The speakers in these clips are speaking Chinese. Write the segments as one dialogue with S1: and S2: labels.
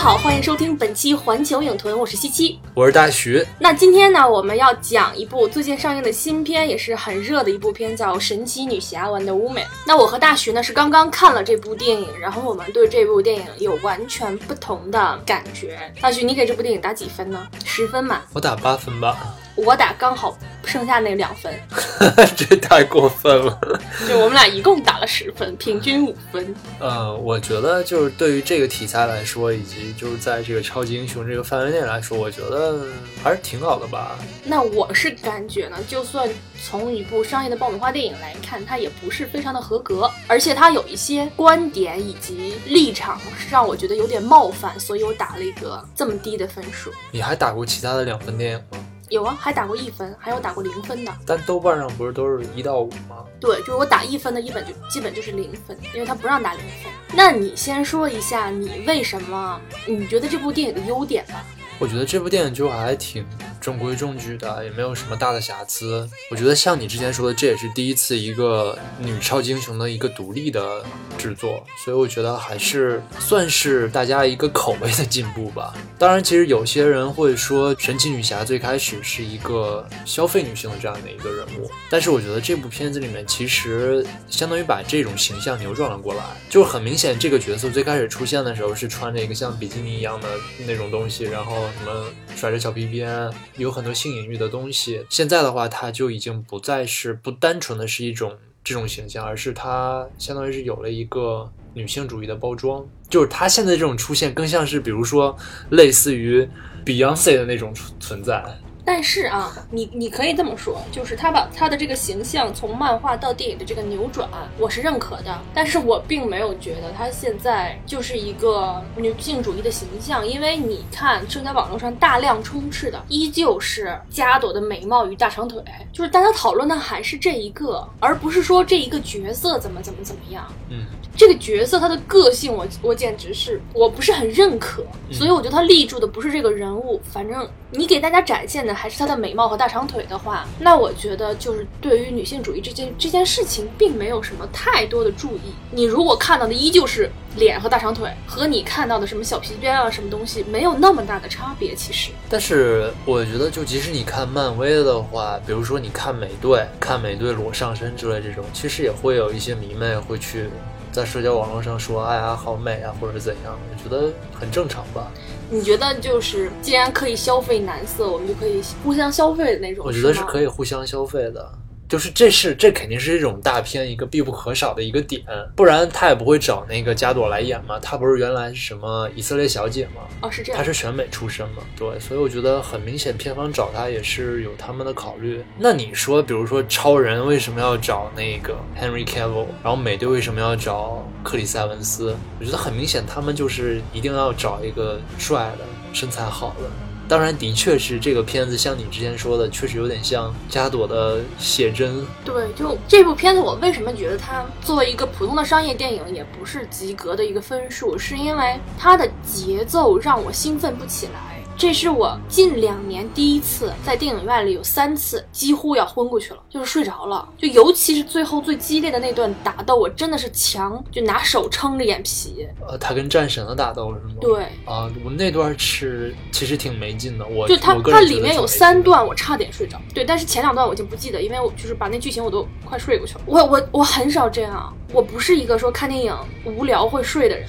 S1: 好，欢迎收听本期环球影屯，我是西七。
S2: 我是大徐，
S1: 那今天呢，我们要讲一部最近上映的新片，也是很热的一部片，叫《神奇女侠 Wonder Woman》。那我和大徐呢是刚刚看了这部电影，然后我们对这部电影有完全不同的感觉。大徐，你给这部电影打几分呢？十分满，
S2: 我打八分吧，
S1: 我打刚好剩下那两分，
S2: 这太过分了。
S1: 就我们俩一共打了十分，平均五分。
S2: 呃，我觉得就是对于这个题材来说，以及就是在这个超级英雄这个范围内来说，我觉得还是挺好的吧。
S1: 那我是感觉呢，就算从一部商业的爆米花电影来看，它也不是非常的合格，而且它有一些观点以及立场是让我觉得有点冒犯，所以我打了一个这么低的分数。
S2: 你还打过其他的两分电影吗？
S1: 有啊，还打过一分，还有打过零分的。
S2: 但豆瓣上不是都是一到五吗？
S1: 对，就是我打一分的，一本就基本就是零分，因为他不让打零分。那你先说一下你为什么你觉得这部电影的优点吧？
S2: 我觉得这部电影就还挺中规中矩的，也没有什么大的瑕疵。我觉得像你之前说的，这也是第一次一个女超级英雄的一个独立的制作，所以我觉得还是算是大家一个口味的进步吧。当然，其实有些人会说，神奇女侠最开始是一个消费女性的这样的一个人物，但是我觉得这部片子里面其实相当于把这种形象扭转了过来，就是很明显，这个角色最开始出现的时候是穿着一个像比基尼一样的那种东西，然后什么甩着小皮鞭，有很多性隐喻的东西。现在的话，它就已经不再是不单纯的是一种这种形象，而是它相当于是有了一个女性主义的包装。就是它现在这种出现，更像是比如说类似于 Beyonce 的那种存存在。
S1: 但是啊，你你可以这么说，就是他把他的这个形象从漫画到电影的这个扭转，我是认可的。但是我并没有觉得他现在就是一个女性主义的形象，因为你看正在网络上大量充斥的，依旧是加朵的美貌与大长腿，就是大家讨论的还是这一个，而不是说这一个角色怎么怎么怎么样。
S2: 嗯，
S1: 这个角色他的个性我，我简直是我不是很认可，
S2: 嗯
S1: 所以我觉得他立住的不是这个人物，反正你给大家展现的还是他的美貌和大长腿的话，那我觉得就是对于女性主义这件这件事情，并没有什么太多的注意。你如果看到的依旧是脸和大长腿，和你看到的什么小皮鞭啊什么东西，没有那么大的差别。其实，
S2: 但是我觉得，就即使你看漫威的话，比如说你看美队，看美队裸上身之类这种，其实也会有一些迷妹会去在社交网络上说“哎呀，好美啊”或者是怎样，我觉得很正常吧。
S1: 你觉得就是既然可以消费男色，我们就可以互相消费的那种，
S2: 我觉得
S1: 是
S2: 是
S1: 吗
S2: 可以互相消费的。就是这是这肯定是这种大片一个必不可少的一个点，不然他也不会找那个加朵来演嘛。她不是原来是什么以色列小姐嘛，
S1: 哦，是这样
S2: 她。是选美出身嘛，对，所以我觉得很明显，片方找她也是有他们的考虑。那你说，比如说超人为什么要找那个 Henry Cavill，然后美队为什么要找克里斯埃文斯？我觉得很明显，他们就是一定要找一个帅的、身材好的。当然，的确是这个片子，像你之前说的，确实有点像加朵的写真。
S1: 对，就这部片子，我为什么觉得它作为一个普通的商业电影也不是及格的一个分数，是因为它的节奏让我兴奋不起来。这是我近两年第一次在电影院里有三次几乎要昏过去了，就是睡着了。就尤其是最后最激烈的那段打斗，我真的是强，就拿手撑着眼皮。
S2: 呃，他跟战神的打斗是吗？
S1: 对，
S2: 啊，我那段是其实挺没劲的。我
S1: 就它
S2: 我个
S1: 它
S2: 人觉
S1: 里
S2: 得
S1: 面
S2: 挺
S1: 有
S2: 没劲
S1: 三
S2: 的
S1: 段我差点睡着，对，但是前两段我已经不记得，因为我就是把那剧情我都快睡过去了。我我我很少这样，啊我不是一个说看电影无聊会睡 的人。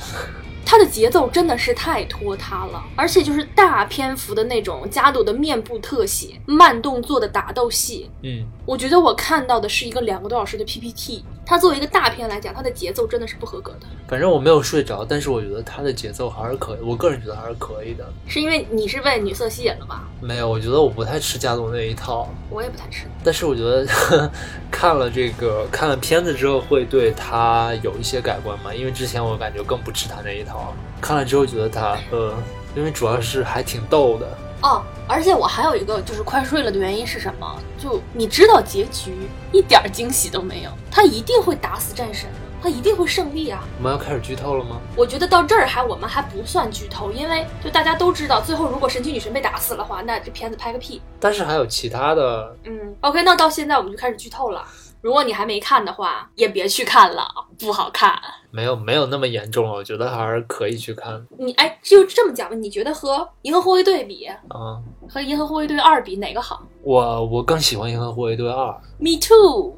S1: 它的节奏真的是太拖沓了，而且就是大篇幅的那种加朵的面部特写、慢动作的打斗戏，
S2: 嗯。
S1: 我觉得我看到的是一个两个多小时的 PPT。它作为一个大片来讲，它的节奏真的是不合格的。
S2: 反正我没有睡着，但是我觉得他的节奏还是可以，我个人觉得还是可以的。
S1: 是因为你是被女色吸引了吧？
S2: 没有，我觉得我不太吃加总那一套，
S1: 我也不太吃。
S2: 但是我觉得 看了这个看了片子之后，会对他有一些改观嘛，因为之前我感觉更不吃他那一套，看了之后觉得他，呃，因为主要是还挺逗的，
S1: 哦，而且我还有一个就是快睡了的原因是什么？就你知道结局，一点儿惊喜都没有，他一定会打死战神，他一定会胜利啊！
S2: 我们要开始剧透了吗？
S1: 我觉得到这儿还我们还不算剧透，因为就大家都知道，最后如果神奇女神被打死的话，那这片子拍个屁。
S2: 但是还有其他的，
S1: 嗯，OK，那到现在我们就开始剧透了。如果你还没看的话，也别去看了，不好看。
S2: 没有没有那么严重了，我觉得还是可以去看
S1: 你哎，就这么讲吧，你觉得和《银河护卫队》比，
S2: 啊、嗯。
S1: 和《银河护卫队二》比哪个好
S2: 我我更喜欢《银河护卫队二》。
S1: ？Me too。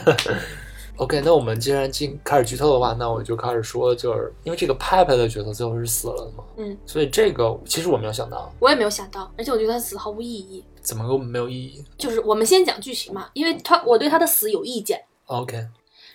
S2: OK，那我们既然进开始剧透的话，那我就开始说，就是因为这个派派的角色最后是死了的嘛，
S1: 嗯，
S2: 所以这个其实我没有想到，
S1: 我也没有想到，而且我觉得他死毫无意义。
S2: 怎么个没有意义
S1: 就是我们先讲剧情嘛，因为他我对他的死有意见。
S2: ？OK，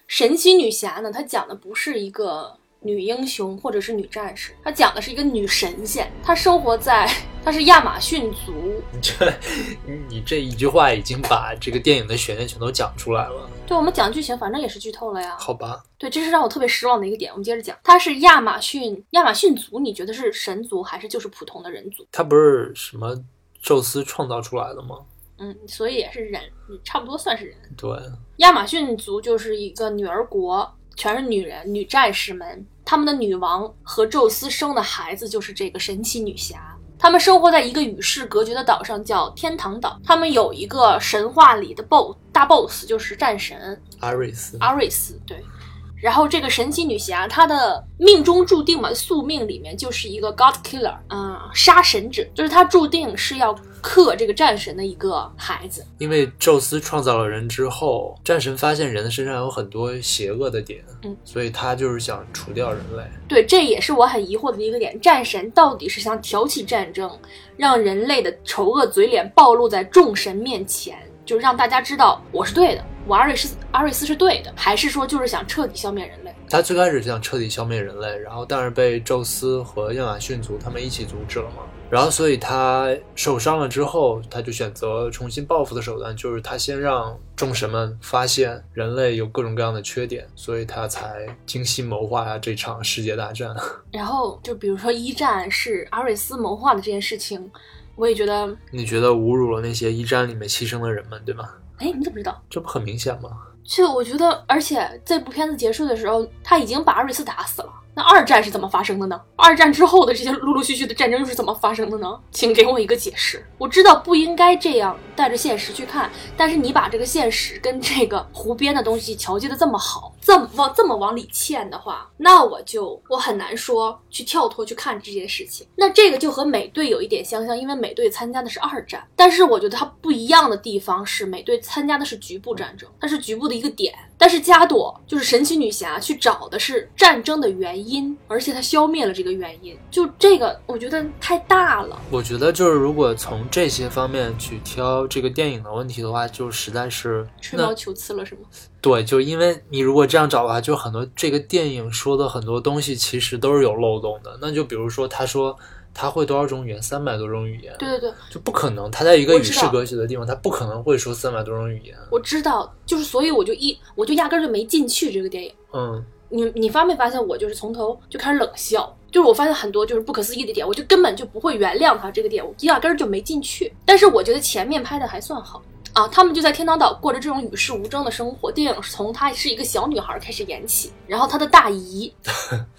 S1: 神奇女侠呢，她讲的不是一个女英雄或者是女战士，她讲的是一个女神仙。她生活在，她是亚马逊族。
S2: 你这 你这一句话已经把这个电影的悬念全都讲出来了，
S1: 对我们讲剧情，反正也是剧透了呀。
S2: 好吧？
S1: 对，这是让我特别失望的一个点。我们接着讲，她是亚马逊亚马逊族，你觉得是神族还是就是普通的人族？
S2: 它不是什么宙斯创造出来的吗？
S1: 嗯，所以也是人，差不多算是人。
S2: 对，
S1: 亚马逊族就是一个女儿国，全是女人、女战士们。他们的女王和宙斯生的孩子就是这个神奇女侠。他们生活在一个与世隔绝的岛上，叫天堂岛。他们有一个神话里的 BOSS 大 BOSS，就是战神
S2: 阿瑞斯，
S1: 阿瑞斯。对，然后这个神奇女侠，她的命中注定嘛，宿命里面就是一个 God Killer，嗯，杀神者，就是她注定是要克这个战神的一个孩子。
S2: 因为宙斯创造了人之后，战神发现人身上有很多邪恶的点，
S1: 嗯
S2: 所以他就是想除掉人类。
S1: 对，这也是我很疑惑的一个点。战神到底是想挑起战争，让人类的丑恶嘴脸暴露在众神面前，就是让大家知道我是对的，我阿瑞斯阿瑞斯是对的，还是说就是想彻底消灭人类？
S2: 他最开始想彻底消灭人类，然后但是被宙斯和亚马逊族他们一起阻止了嘛。然后所以他受伤了之后，他就选择重新报复的手段，就是他先让众神们发现人类有各种各样的缺点，所以他才精心谋划了这场世界大战。
S1: 然后就比如说一战是阿瑞斯谋划的这件事情，我也觉得，
S2: 你觉得侮辱了那些一战里面牺牲的人们，对吗？
S1: 哎，你怎么知道？
S2: 这不很明显吗？
S1: 就我觉得，而且这部片子结束的时候，他已经把阿瑞斯打死了。那二战是怎么发生的呢？二战之后的这些陆陆续续的战争又是怎么发生的呢？请给我一个解释。我知道不应该这样带着现实去看，但是你把这个现实跟这个湖边的东西调节的这么好， 这么往这么往里嵌的话，那我就我很难说去跳脱去看这件事情。那这个就和美队有一点相像，因为美队参加的是二战，但是我觉得它不一样的地方是美队参加的是局部战争，它是局部的一个点，但是加朵就是神奇女侠去找的是战争的原因，而且她消灭了这个原因，就这个我觉得太大了。
S2: 我觉得就是，如果从这些方面去挑这个电影的问题的话，就实在是
S1: 吹
S2: 那
S1: 毛求疵了是吗？
S2: 对，就因为你如果这样找的话，就很多这个电影说的很多东西其实都是有漏洞的。那就比如说，他说他会多少种语言，三百多种语言，
S1: 对对对，
S2: 就不可能。他在一个
S1: 我
S2: 与
S1: 知
S2: 世
S1: 道
S2: 隔绝的地方，他不可能会说三百多种语言。
S1: 我知道，就是所以我就一我就压根儿就没进去这个电影。
S2: 嗯，
S1: 你你发没发现我就是从头就开始冷笑，就是我发现很多就是不可思议的点，我就根本就不会原谅他这个点，我压根儿就没进去。但是我觉得前面拍的还算好啊，他们就在天堂岛过着这种与世无争的生活。电影是从她是一个小女孩开始演起，然后她的大姨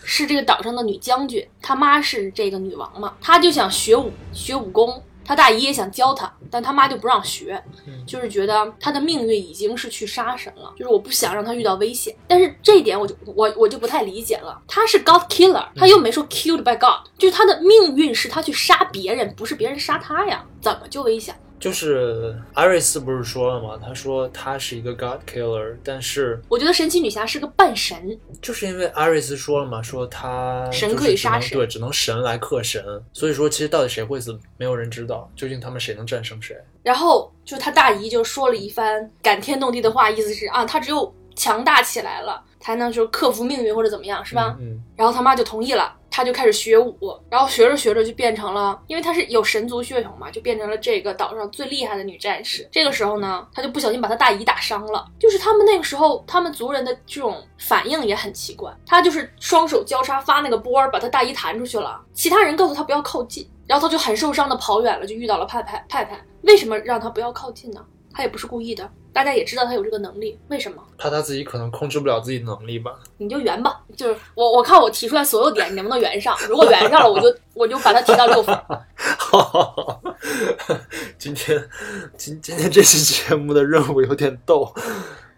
S1: 是这个岛上的女将军，她妈是这个女王嘛，她就想学武学武功。她大姨也想教她，但她妈就不让学，就是觉得他的命运已经是去杀神了，就是我不想让他遇到危险。但是这一点我就我我就不太理解了，他是 God killer，他又没说 killed by God，就是他的命运是他去杀别人，不是别人杀他呀，怎么就危险了？
S2: 就是阿瑞斯不是说了吗？他说他是一个 God killer，但是
S1: 我觉得神奇女侠是个半神，
S2: 就是因为阿瑞斯说了嘛，说他
S1: 神
S2: 就是
S1: 可以
S2: 只能
S1: 杀神
S2: 对，只能神来克神。所以说，其实到底谁会死，没有人知道，究竟他们谁能战胜谁。
S1: 然后就他大姨就说了一番感天动地的话，意思是啊，他只有强大起来了，才能就是克服命运或者怎么样，是吧？
S2: 嗯，嗯
S1: 然后他妈就同意了，他就开始学武，然后学着学着就变成了，因为他是有神族血统嘛，就变成了这个岛上最厉害的女战士。这个时候呢，他就不小心把他大姨打伤了。就是他们那个时候，他们族人的这种反应也很奇怪，他就是双手交叉发那个波儿，把他大姨弹出去了。其他人告诉他不要靠近，然后他就很受伤的跑远了，就遇到了派派派派。为什么让他不要靠近呢？他也不是故意的，大家也知道他有这个能力，为什么？
S2: 怕他自己可能控制不了自己的能力吧。
S1: 你就圆吧，就是我我看我提出来所有点，你能不能圆上？如果圆上了，我就 我就把它提到六分。
S2: 今天今今天这期节目的任务有点逗，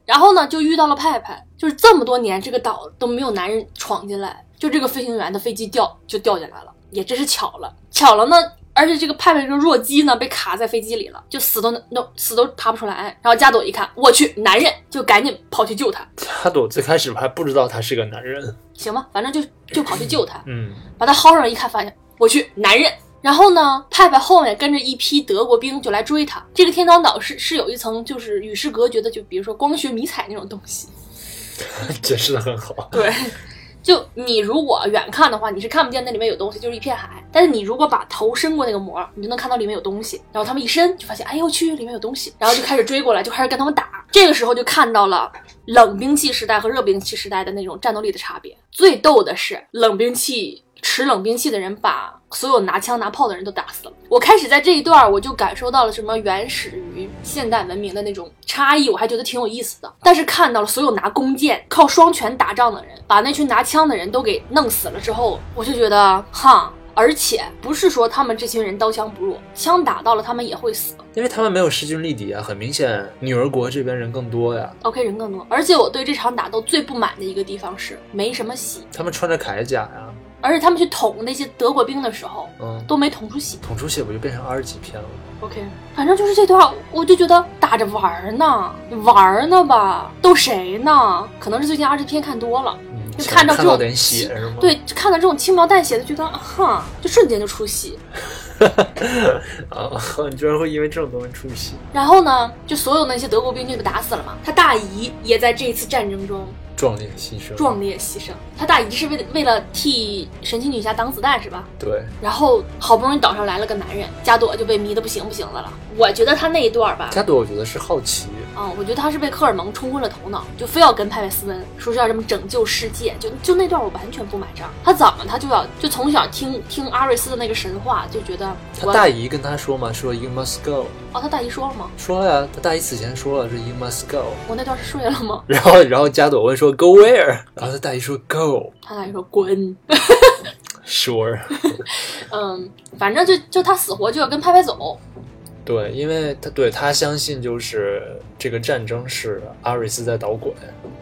S1: 然后呢，就遇到了派派，就是这么多年这个岛都没有男人闯进来，就这个飞行员的飞机掉就掉进来了，也真是巧了，巧了呢。而且这个派派这个弱鸡呢，被卡在飞机里了，就死都都死都爬不出来。然后加朵一看，我去，男人，就赶紧跑去救他，
S2: 他朵最开始还不知道他是个男人，
S1: 行吧，反正就就跑去救他，
S2: 嗯，
S1: 把他薅上来一看，发现我去，男人。然后呢，派派后面跟着一批德国兵就来追他。这个天堂岛是是有一层就是与世隔绝的，就比如说光学迷彩那种东西。
S2: 解释的很好。
S1: 对，就你如果远看的话，你是看不见那里面有东西，就是一片海。但是你如果把头伸过那个膜，你就能看到里面有东西。然后他们一伸，就发现哎呦我去，里面有东西，然后就开始追过来，就开始跟他们打。这个时候就看到了冷兵器时代和热兵器时代的那种战斗力的差别。最逗的是，冷兵器持冷兵器的人把所有拿枪拿炮的人都打死了。我开始在这一段我就感受到了什么原始与现代文明的那种差异，我还觉得挺有意思的。但是看到了所有拿弓箭靠双拳打仗的人，把那群拿枪的人都给弄死了之后，我就觉得哈。而且不是说他们这群人刀枪不入，枪打到了他们也会死。
S2: 因为他们没有势均力敌啊，很明显，女儿国这边人更多呀。
S1: OK，人更多。而且我对这场打斗最不满的一个地方是没什么血，
S2: 他们穿着铠甲呀，
S1: 而且他们去捅那些德国兵的时候
S2: 嗯，
S1: 都没捅出血。
S2: 捅出血不就变成二十几片了吗？
S1: OK，反正就是这段，我就觉得打着玩儿呢，玩儿呢吧，逗谁呢？可能是最近二十片看多了，
S2: 嗯，
S1: 就看到
S2: 到
S1: 这种
S2: 点血是吗？，
S1: 对，就看到这种轻描淡写的，觉得啊哈，就瞬间就出戏。
S2: 啊，你居然会因为这种东西出血，
S1: 然后呢，就所有那些德国兵就被打死了嘛。他大姨也在这一次战争中
S2: 壮烈牺牲，
S1: 壮烈牺牲。他大姨是为了为了替神奇女侠挡子弹是吧？
S2: 对，
S1: 然后好不容易岛上来了个男人，加朵就被迷得不行不行的了。我觉得他那一段儿吧，
S2: 加朵我觉得是好奇，
S1: 嗯，我觉得他是被荷尔蒙冲昏了头脑，就非要跟派派斯温说是要这么拯救世界，就就那段我完全不买账。他怎么他就要就从小听听阿瑞斯的那个神话，就觉得
S2: 他
S1: 我
S2: 大姨跟他说嘛，说 you must go，
S1: 哦，他大姨说了吗？
S2: 说呀，他大姨死前说了是 you must go，
S1: 我那段是睡了吗？
S2: 然后然后加朵问说 go where，然后他大姨说 go
S1: 他大姨说滚，
S2: sure，
S1: 嗯，反正就就他死活就要跟派派走，
S2: 对，因为他对他相信就是这个战争是阿瑞斯在捣鬼，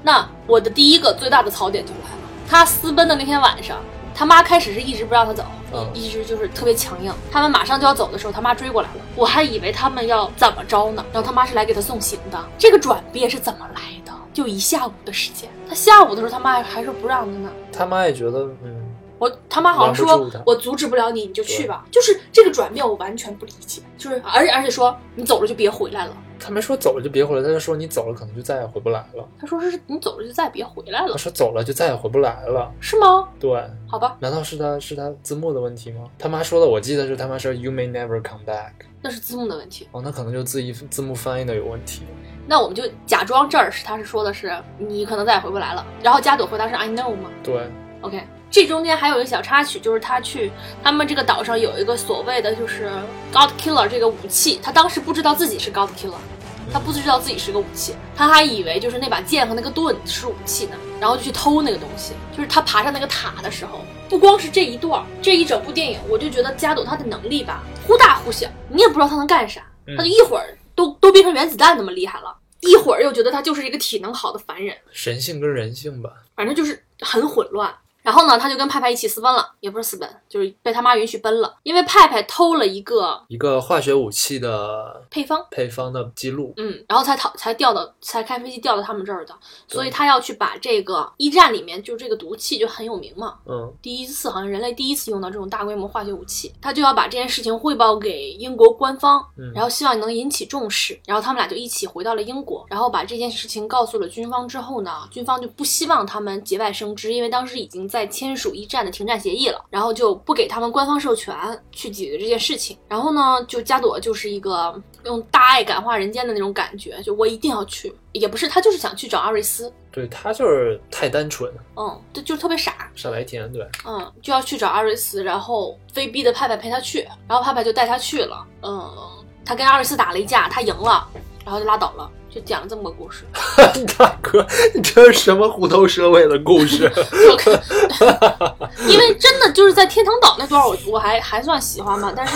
S1: 那我的第一个最大的槽点就来了，他私奔的那天晚上，他妈开始是一直不让他走，
S2: 嗯
S1: 一直就是特别强硬。他们马上就要走的时候，他妈追过来了，我还以为他们要怎么着呢，然后他妈是来给他送行的。这个转变是怎么来的？就一下午的时间，他下午的时候他妈还说不让他呢。
S2: 他妈也觉得嗯，
S1: 我他妈好像
S2: 拦不
S1: 说
S2: 住他，
S1: 我阻止不了你，你就去吧。就是这个转变，我完全不理解。就是而且而且说你走了就别回来了。
S2: 他没说走了就别回来，他就说你走了可能就再也回不来了，
S1: 他说是你走了就再也别回来
S2: 他
S1: 了，
S2: 说走了就再也回不来了，
S1: 是吗？
S2: 对。
S1: 好吧，
S2: 难道是他是他字幕的问题吗？他妈说的，我记得是他妈说 “You may never come back”。
S1: 那是字幕的问题。
S2: 哦，那可能就字译字幕翻译的有问题。
S1: 那我们就假装这儿是他是说的是你可能再也回不来了。然后加朵回答是 I know 吗
S2: 对，
S1: ？OK，这中间还有一个小插曲，就是他去他们这个岛上有一个所谓的就是 God Killer 这个武器，他当时不知道自己是 God Killer，他不知道自己是个武器，他还以为就是那把剑和那个盾是武器呢，然后就去偷那个东西。就是他爬上那个塔的时候，不光是这一段儿，这一整部电影，我就觉得加朵他的能力吧，忽大忽小，你也不知道他能干啥，
S2: 嗯
S1: 他就一会儿都都变成原子弹那么厉害了，一会儿又觉得他就是一个体能好的凡人，
S2: 神性跟人性吧。
S1: 反正就是很混乱。然后呢，他就跟派派一起私奔了，也不是私奔，就是被他妈允许奔了，因为派派偷了一个
S2: 一个化学武器的
S1: 配方，
S2: 配方的记录，
S1: 嗯，然后才逃才调到才开飞机调到他们这儿的，所以他要去把这个一战里面就这个毒气就很有名嘛，
S2: 嗯，
S1: 第一次好像人类第一次用到这种大规模化学武器，他就要把这件事情汇报给英国官方
S2: 嗯，
S1: 然后希望能引起重视。然后他们俩就一起回到了英国，然后把这件事情告诉了军方之后呢，军方就不希望他们节外生枝，因为当时已经在签署一战的停战协议了，然后就不给他们官方授权去解决这件事情。然后呢，就加朵就是一个用大爱感化人间的那种感觉，就我一定要去，也不是他就是想去找阿瑞斯，
S2: 对他就是太单纯，
S1: 嗯，就就特别傻，
S2: 傻白甜，对，
S1: 嗯，就要去找阿瑞斯，然后非逼的派派陪他去，然后派派就带他去了。嗯，他跟阿瑞斯打了一架，他赢了，然后就拉倒了，就讲了这么个故事。
S2: 大哥，你这是什么虎头蛇尾的故 事？
S1: 就看因为真的就是在天堂岛那段我，我还还算喜欢吧，但是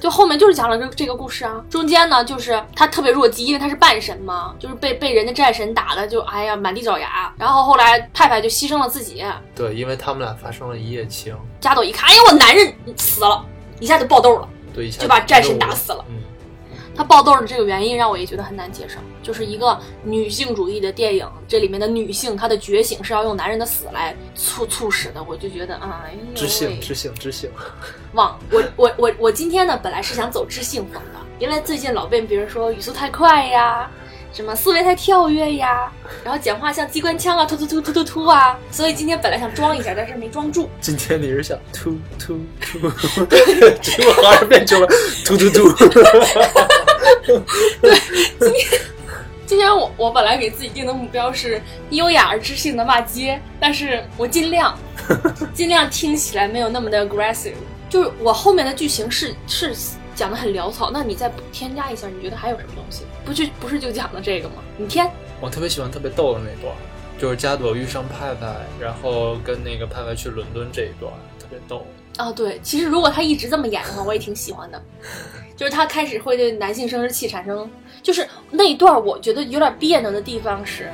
S1: 就后面就是讲了这这个故事啊。中间呢，就是他特别弱鸡，因为他是半神嘛，就是被被人家战神打的就哎呀满地找牙。然后后来派派就牺牲了自己，
S2: 对，因为他们俩发生了一夜情，
S1: 加斗一看，哎呀我男人死了，一下就爆痘了。
S2: 对，一下
S1: 就把战神
S2: 怒
S1: 打死了
S2: 嗯，
S1: 他爆痘的这个原因让我也觉得很难接受，就是一个女性主义的电影，这里面的女性她的觉醒是要用男人的死来促促使的，我就觉得啊，哎呦喂
S2: 知性，知性，知性。
S1: 忘我我我我今天呢本来是想走知性风的，因为最近老被别人说语速太快呀，什么思维太跳跃呀，然后讲话像机关枪啊，突突突突突突啊，所以今天本来想装一下，但是没装住。
S2: 今天你是想突突突， 结果好像变成了突 突突。
S1: 今天我我本来给自己定的目标是优雅而知性的骂街，但是我尽量尽量听起来没有那么的 aggressive。就是我后面的剧情是是讲的很潦草，那你再补添加一下，你觉得还有什么东西？不就不是就讲了这个吗？你添
S2: 我特别喜欢特别逗的那段，就是加朵遇上派派，然后跟那个派派去伦敦这一段，特别逗。
S1: 啊、对，其实如果他一直这么演的话，我也挺喜欢的。就是他开始会对男性生殖器产生，就是那一段我觉得有点别扭的地方是，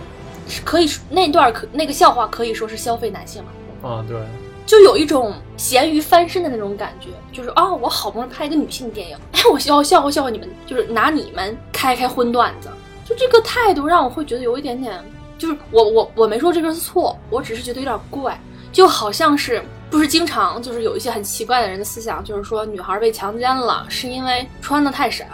S1: 是可以说那段可那个笑话可以说是消费男性嘛。
S2: 啊，对，
S1: 就有一种咸鱼翻身的那种感觉，就是啊、我好不容易拍一个女性电影， 哎，我要笑话笑话你们，就是拿你们开开荤段子，就这个态度让我会觉得有一点点，就是我我我没说这个是错，我只是觉得有点怪，就好像是不是经常就是有一些很奇怪的人的思想，就是说女孩被强奸了是因为穿的太少，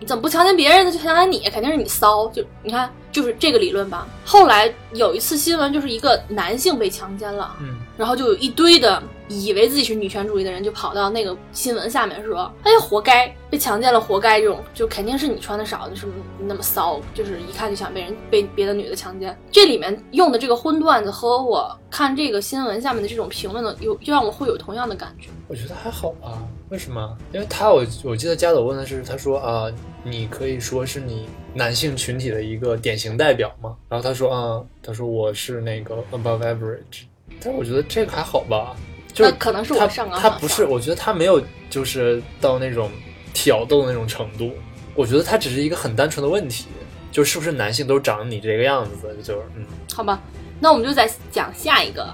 S1: 你怎么不强奸别人呢？就强奸你，肯定是你骚。就你看，就是这个理论吧。后来有一次新闻，就是一个男性被强奸了。
S2: 嗯，
S1: 然后就有一堆的以为自己是女权主义的人，就跑到那个新闻下面说：“哎呀，活该被强奸了，活该！”这种就肯定是你穿的少，就是那么骚，就是一看就想被人被别的女的强奸。这里面用的这个荤段子和我看这个新闻下面的这种评论呢，有就让我会有同样的感觉。
S2: 我觉得还好吧。为什么？因为他我我记得加朵问的是，他说啊、你可以说是你男性群体的一个典型代表吗？然后他说啊、他说我是那个 above average，但是我觉得这个还好吧。就
S1: 那可能是我
S2: 他
S1: 上纲
S2: 他
S1: 上
S2: 不
S1: 线
S2: 是，我觉得他没有就是到那种挑逗那种程度，我觉得他只是一个很单纯的问题，就是是不是男性都长你这个样子，就是嗯，
S1: 好吧，那我们就再讲下一个。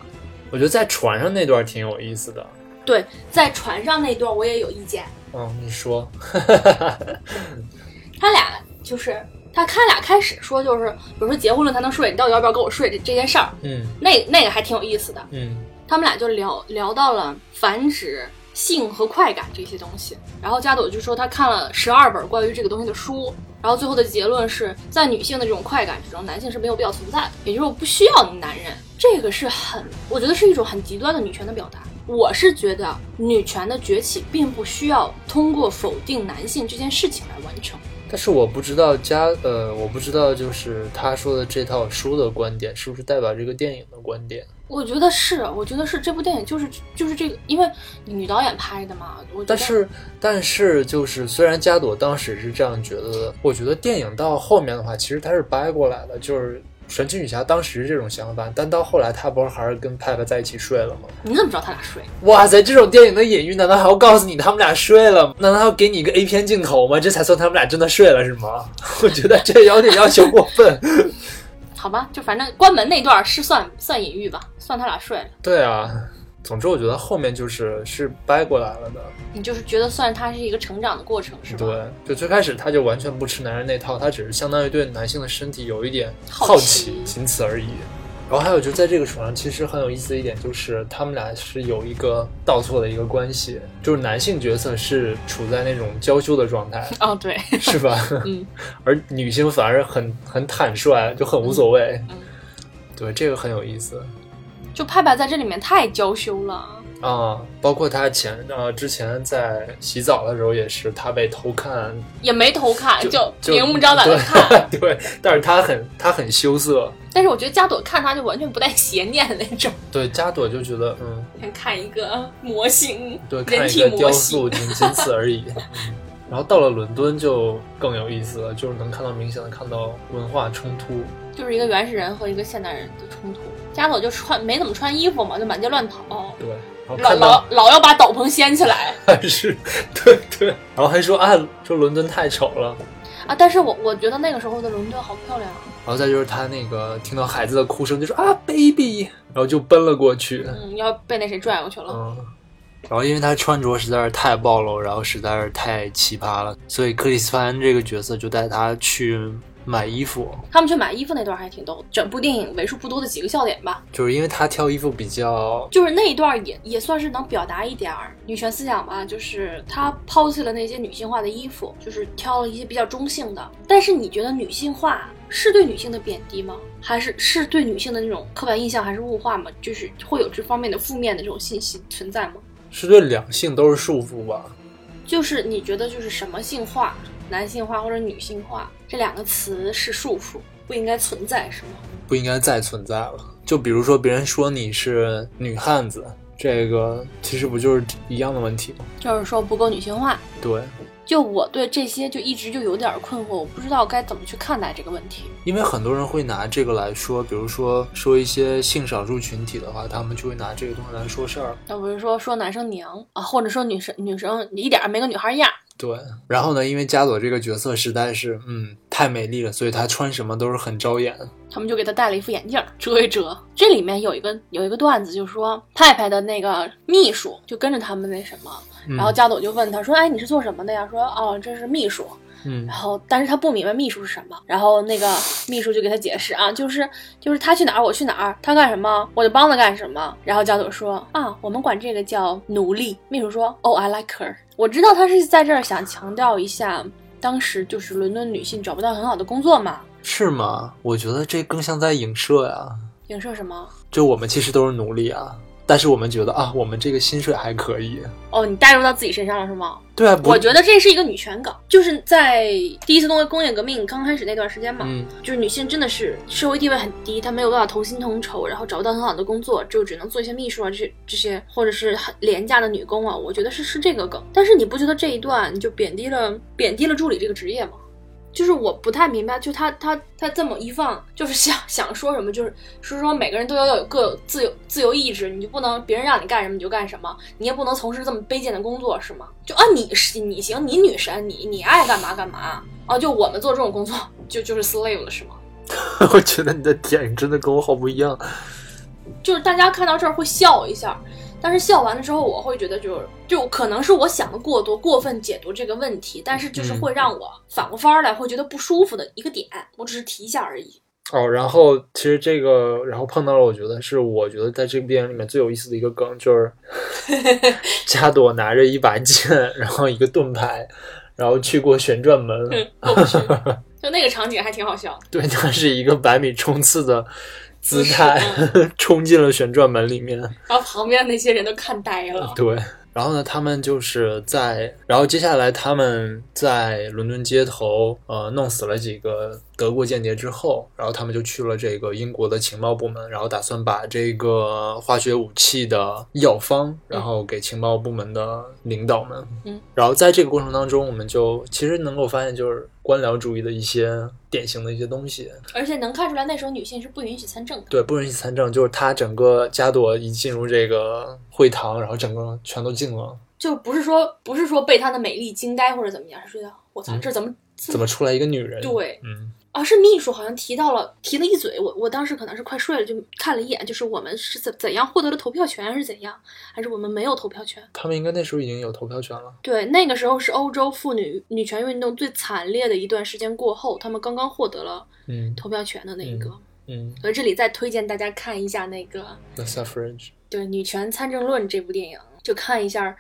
S2: 我觉得在船上那段挺有意思的。
S1: 对，在船上那段我也有意见，
S2: 嗯，你说，
S1: 他俩就是他他俩开始说就是，比如说结婚了才能睡，你到底要不要跟我睡这这件事儿，
S2: 嗯
S1: 那那个还挺有意思的。
S2: 嗯
S1: 他们俩就聊聊到了繁殖、性和快感这些东西。然后加朵就说他看了十二本关于这个东西的书，然后最后的结论是在女性的这种快感之中，男性是没有必要存在的，也就是我不需要你男人。这个是很，我觉得是一种很极端的女权的表达。我是觉得女权的崛起并不需要通过否定男性这件事情来完成。
S2: 但是我不知道加呃，我不知道就是他说的这套书的观点是不是代表这个电影的观点。
S1: 我觉得是，我觉得是这部电影就是就是这个，因为女导演拍的嘛。我觉得
S2: 但是，但是，就是虽然加朵当时是这样觉得的，我觉得电影到后面的话，其实他是掰过来的，就是神奇女侠当时是这种想法，但到后来她不是还是跟派派在一起睡了吗？
S1: 你怎么知道他俩睡？
S2: 哇塞，这种电影的隐喻，难道还要告诉你他们俩睡了吗？难道还要给你一个 A 片镜头吗？这才算他们俩真的睡了是吗？ 我觉得这有点要求过分。
S1: 好吧，就反正关门那段是算算隐喻吧，算他俩睡了。
S2: 对啊，总之我觉得后面就是是掰过来了的。
S1: 你就是觉得算他是一个成长的过程，是吧？
S2: 对，就最开始他就完全不吃男人那套，他只是相当于对男性的身体有一点
S1: 好
S2: 好
S1: 奇
S2: 奇，仅此而已。然后还有就是在这个床上，其实很有意思的一点就是，他们俩是有一个倒错的一个关系，就是男性角色是处在那种娇羞的状态，
S1: 哦，对，
S2: 是吧？
S1: 嗯，
S2: 而女性反而很很坦率，就很无所谓。
S1: 嗯嗯
S2: 对，这个很有意思。
S1: 就派派在这里面太娇羞了。
S2: 啊、包括他前呃之前在洗澡的时候也是，他被偷看，
S1: 也没偷看，
S2: 就
S1: 就
S2: 就
S1: 明目张胆的看。
S2: 对 对，但是他很他很羞涩，
S1: 但是我觉得加朵看他就完全不带邪念的那种，
S2: 对加朵就觉得嗯，
S1: 像看一个模型，
S2: 对，
S1: 人
S2: 看一
S1: 体
S2: 个
S1: 模
S2: 雕
S1: 型
S2: 塑，仅仅此而已。嗯然后到了伦敦就更有意思了，就是能看到明显的看到文化冲突，
S1: 就是一个原始人和一个现代人的冲突。加朵就穿没怎么穿衣服嘛，就满街乱跑，
S2: 对，然后
S1: 老
S2: 看到
S1: 老老要把斗篷掀起来
S2: 还是 对对，然后还说啊，说伦敦太丑了。
S1: 啊！但是我我觉得那个时候的伦敦好漂亮啊，
S2: 然后再就是他那个听到孩子的哭声，就说啊，baby，然后就奔了过去。
S1: 嗯，要被那谁拽过去了。
S2: 嗯，然后因为他穿着实在是太暴露，然后实在是太奇葩了，所以克里斯潘这个角色就带他去买衣服，
S1: 他们去买衣服那段还挺逗的，整部电影为数不多的几个笑点吧，
S2: 就是因为他挑衣服比较
S1: 就是那一段也也算是能表达一点儿女权思想吧，就是她抛弃了那些女性化的衣服，就是挑了一些比较中性的。但是你觉得女性化是对女性的贬低吗？还是是对女性的那种刻板印象还是物化吗？就是会有这方面的负面的这种信息存在吗？
S2: 是对两性都是束缚吧。
S1: 就是你觉得就是什么性化、男性化或者女性化这两个词是束缚，不应该存在，是吗？
S2: 不应该再存在了。就比如说，别人说你是女汉子，这个其实不就是一样的问题吗？
S1: 就是说不够女性化。
S2: 对，
S1: 就我对这些就一直就有点困惑，我不知道该怎么去看待这个问题。
S2: 因为很多人会拿这个来说，比如说说一些性少数群体的话，他们就会拿这个东西来说事儿。
S1: 那不是说说男生娘啊，或者说女生女生一点儿没个女孩样，
S2: 对，然后呢，因为加朵这个角色实在是，嗯，太美丽了，所以她穿什么都是很招眼。
S1: 他们就给她戴了一副眼镜儿遮一遮。这里面有一个有一个段子，就是说派派的那个秘书就跟着他们那什么，
S2: 嗯、
S1: 然后，加朵就问他说：“哎，你是做什么的呀？”说：“哦，这是秘书。”
S2: 嗯
S1: 然后，但是他不明白秘书是什么，然后那个秘书就给他解释啊，就是就是他去哪儿我去哪儿，他干什么我就帮他干什么。然后加朵说啊，我们管这个叫奴隶。秘书说，Oh, I like her。我知道他是在这儿想强调一下，当时就是伦敦女性找不到很好的工作嘛，
S2: 是吗？我觉得这更像在影射呀。
S1: 影射什么？
S2: 就我们其实都是奴隶啊，但是我们觉得啊，我们这个薪水还可以。
S1: 哦，你带入到自己身上了是吗？
S2: 对啊，不
S1: 我觉得这是一个女权梗，就是在第一次工业革命刚开始那段时间嘛，
S2: 嗯，
S1: 就是女性真的是社会地位很低，她没有办法同薪同酬，然后找不到很好的工作，就只能做一些秘书啊，这这些或者是很廉价的女工啊。我觉得是是这个梗，但是你不觉得这一段就贬低了贬低了助理这个职业吗？就是我不太明白，就他他他这么一放，就是想想说什么，就是是说每个人都要有各有自由自由意志，你就不能别人让你干什么你就干什么，你也不能从事这么卑贱的工作，是吗？就啊，你是你行，你女神，你你爱干嘛干嘛啊？就我们做这种工作，就就是 slave 了，是吗？
S2: 我觉得你的点真的跟我好不一样。
S1: 就是大家看到这儿会笑一下，但是笑完了之后，我会觉得就是就可能是我想的过多，过分解读这个问题，但是就是会让我反过翻儿来会觉得不舒服的一个点，我只是提一下而已。
S2: 哦，然后其实这个，然后碰到了，我觉得是我觉得在这部电影里面最有意思的一个梗，就是 加朵拿着一把剑，然后一个盾牌，然后去过旋转门。
S1: 过不去，就那个场景还挺好笑的。
S2: 对，它是一个百米冲刺的姿态， 冲进了旋转门里面。
S1: 然后旁边那些人都看呆了，
S2: 对，啊然后呢，他们就是在，然后接下来他们在伦敦街头，呃，弄死了几个德国间谍之后，然后他们就去了这个英国的情报部门，然后打算把这个化学武器的药方，然后给情报部门的领导们。
S1: 嗯，
S2: 然后在这个过程当中，我们就其实能够发现，就是官僚主义的一些典型的一些东西。
S1: 而且能看出来那时候女性是不允许参政的。
S2: 对，不允许参政，就是他整个加朵一进入这个会堂，然后整个全都静了。
S1: 就不是说不是说被她的美丽惊呆或者怎么样，是觉得我操
S2: 嗯
S1: 这怎么这
S2: 怎么出来一个女人？
S1: 对
S2: 嗯，
S1: 啊？是秘书好像提到了提了一嘴，我我当时可能是快睡了，就看了一眼，就是我们是怎怎样获得了投票权，还是怎样，还是我们没有投票权？
S2: 他们应该那时候已经有投票权了。
S1: 对，那个时候是欧洲妇女女权运动最惨烈的一段时间过后，他们刚刚获得了
S2: 嗯
S1: 投票权的那一个。
S2: 嗯
S1: 所以这里再推荐大家看一下那个
S2: ，The suffrage。
S1: 对《女权参政论》这部电影，就看一下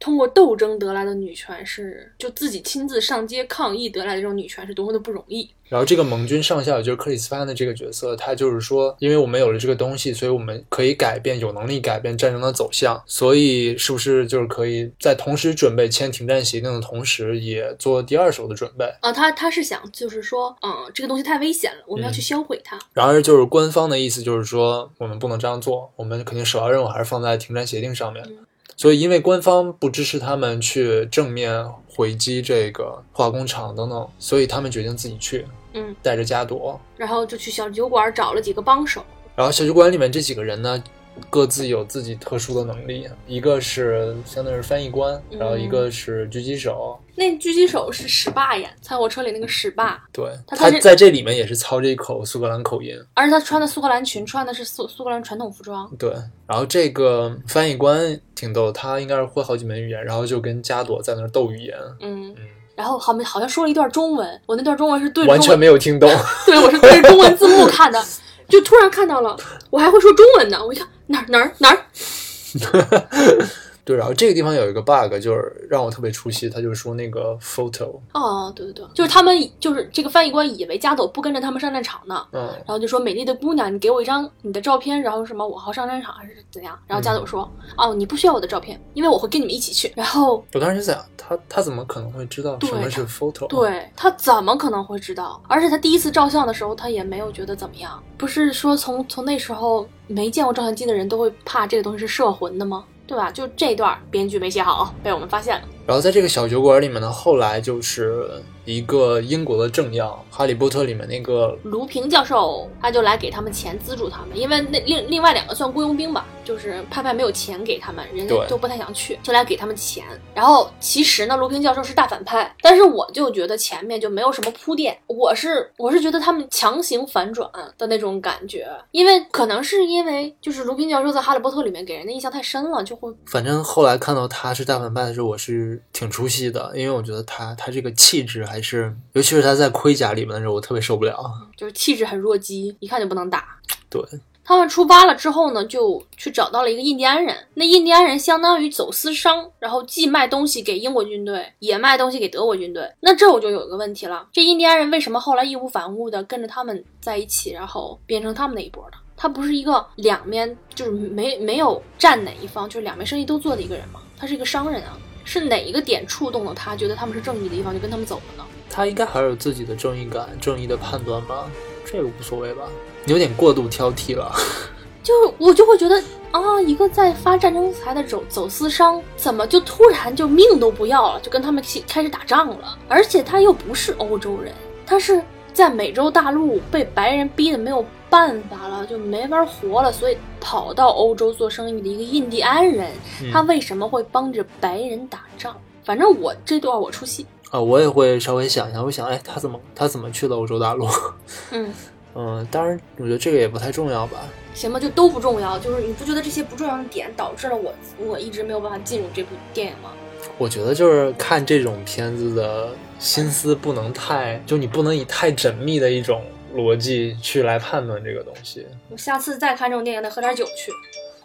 S1: 通过斗争得来的女权是，就自己亲自上街抗议得来的这种女权是多么的不容易。
S2: 然后这个盟军上校，也就是克里斯潘的这个角色，他就是说，因为我们有了这个东西，所以我们可以改变，有能力改变战争的走向。所以是不是就是可以在同时准备签停战协定的同时，也做第二手的准备？
S1: 啊，他他是想就是说，嗯，这个东西太危险了，我们要
S2: 嗯
S1: 去销毁它。
S2: 然而，就是官方的意思就是说，我们不能这样做，我们肯定首要任务还是放在停战协定上面
S1: 嗯。
S2: 所以，因为官方不支持他们去正面回击这个化工厂等等，所以他们决定自己去，
S1: 嗯，
S2: 带着加朵。
S1: 然后就去小酒馆找了几个帮手，
S2: 然后小酒馆里面这几个人呢，各自有自己特殊的能力，一个是相当于是翻译官，
S1: 嗯
S2: 然后一个是狙击手，
S1: 那狙击手是史霸演，《猜火车》里那个史霸，
S2: 对，
S1: 他
S2: 他
S1: 他是
S2: 在这里面也是操这一口苏格兰口音，
S1: 而且他穿的苏格兰裙，穿的是苏苏格兰传统服装。
S2: 对，然后这个翻译官挺逗，他应该是会好几门语言，然后就跟加朵在那儿斗语言，
S1: 嗯，
S2: 嗯，
S1: 然后好没好像说了一段中文，我那段中文是对着
S2: 完
S1: 中
S2: 全
S1: 文，
S2: 没有听懂。
S1: 对我是对着中文字幕看的，就突然看到了，我还会说中文呢，我一看哪儿哪儿哪儿，
S2: 对，然后这个地方有一个 bug，就是让我特别出戏，他就说那个 photo，
S1: 哦，对对对，就是他们就是这个翻译官以为加朵不跟着他们上战场呢，
S2: 嗯，
S1: 然后就说美丽的姑娘，你给我一张你的照片，然后什么我好上战场还是怎样？然后加朵说、哦，你不需要我的照片，因为我会跟你们一起去。然后
S2: 我当时就想，他他怎么可能会知道
S1: 对
S2: 什么是 photo？，
S1: 对他怎么可能会知道？而且他第一次照相的时候，他也没有觉得怎么样。不是说从从那时候没见过照相机的人都会怕这个东西是摄魂的吗？对吧？就这段编剧没写好，被我们发现了。
S2: 然后在这个小酒馆里面呢，后来就是一个英国的政要，《哈利波特》里面那个
S1: 卢平教授他就来给他们钱资助他们，因为那另另外两个算雇佣兵吧，就是派派没有钱给他们，人家
S2: 对
S1: 都不太想去，就来给他们钱。然后其实呢，卢平教授是大反派，但是我就觉得前面就没有什么铺垫，我是我是觉得他们强行反转的那种感觉，因为可能是因为就是卢平教授在《哈利波特》里面给人的印象太深了，就会
S2: 反正后来看到他是大反派的时候，我是挺出戏的，因为我觉得他他这个气质还是，尤其是他在盔甲里面的时候，我特别受不了。
S1: 就是气质很弱鸡，一看就不能打。
S2: 对，
S1: 他们出发了之后呢，就去找到了一个印第安人。那印第安人相当于走私商，然后既卖东西给英国军队，也卖东西给德国军队。那这我就有一个问题了：这印第安人为什么后来义无反顾的跟着他们在一起，然后变成他们那一波的？他不是一个两面就是没没有站哪一方，就是两面生意都做的一个人吗？他是一个商人啊，是哪一个点触动了他，觉得他们是正义的一方，就跟他们走了呢？
S2: 他应该还是有自己的正义感、正义的判断吧，这个无所谓吧。你有点过度挑剔了，
S1: 就是我就会觉得啊，一个在发战争财的走走私商，怎么就突然就命都不要了，就跟他们起开始打仗了？而且他又不是欧洲人，他是在美洲大陆被白人逼得没有办法了，就没法活了，所以跑到欧洲做生意的一个印第安人，
S2: 嗯
S1: 他为什么会帮着白人打仗？反正我这段我出戏，
S2: 啊，我也会稍微想一下，我想，哎，他怎么他怎么去了欧洲大陆？
S1: 嗯，
S2: 嗯，当然，我觉得这个也不太重要吧。
S1: 行吧，就都不重要，就是你不觉得这些不重要的点导致了我我一直没有办法进入这部电影吗？
S2: 我觉得就是看这种片子的心思不能太，就你不能以太缜密的一种逻辑去来判断这个东西。
S1: 我下次再看这种电影得喝点酒去。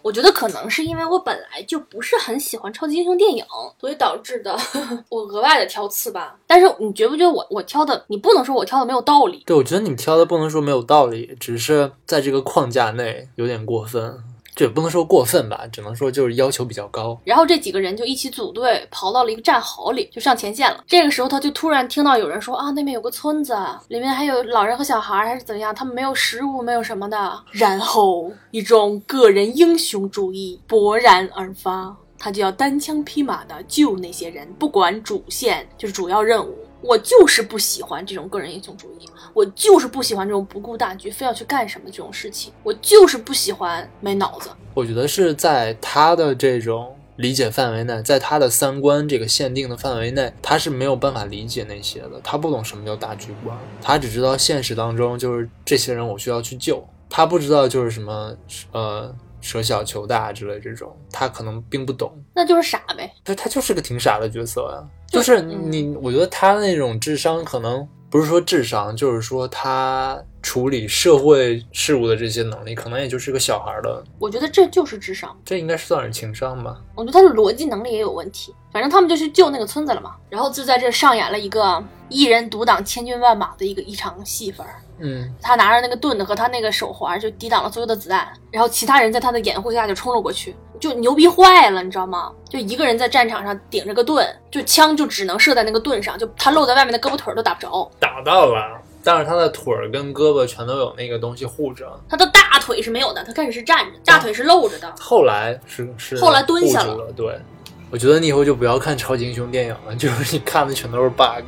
S1: 我觉得可能是因为我本来就不是很喜欢超级英雄电影，所以导致的 我额外的挑刺吧。但是你觉不觉得我我挑的，你不能说我挑的没有道理，
S2: 对，我觉得你们挑的不能说没有道理，只是在这个框架内有点过分，这也不能说过分吧，只能说就是要求比较高。
S1: 然后这几个人就一起组队跑到了一个战壕里，就上前线了。这个时候，他就突然听到有人说啊，那边有个村子，里面还有老人和小孩儿，还是怎么样？他们没有食物，没有什么的。然后一种个人英雄主义勃然而发，他就要单枪匹马的救那些人，不管主线就是主要任务。我就是不喜欢这种个人英雄主义，我就是不喜欢这种不顾大局非要去干什么这种事情，我就是不喜欢没脑子。
S2: 我觉得是在他的这种理解范围内，在他的三观这个限定的范围内，他是没有办法理解那些的。他不懂什么叫大局观，他只知道现实当中就是这些人我需要去救，他不知道就是什么呃舍小求大之类这种，他可能并不懂。
S1: 那就是傻呗，
S2: 但他就是个挺傻的角色呀、
S1: 对
S2: 就是
S1: 嗯
S2: 你，我觉得他那种智商可能不是说智商，就是说他处理社会事务的这些能力，可能也就是个小孩儿的，
S1: 我觉得这就是智商。
S2: 这应该算是情商吧。
S1: 我觉得他的逻辑能力也有问题。反正他们就去救那个村子了嘛，然后就在这上演了一个一人独挡千军万马的一个一场戏份儿。
S2: 嗯，
S1: 他拿着那个盾的和他那个手环就抵挡了所有的子弹，然后其他人在他的掩护下就冲了过去，就牛逼坏了，你知道吗？就一个人在战场上顶着个盾，就枪就只能射在那个盾上，就他露在外面的胳膊腿儿都打不着，
S2: 打到了，但是他的腿儿跟胳膊全都有那个东西护着。
S1: 他的大腿是没有的，他开始是站着，大腿是露着的。
S2: 后来是是
S1: 后来蹲下
S2: 护
S1: 了
S2: 住了，对。我觉得你以后就不要看超级英雄电影了， 就是你看的全都是 bug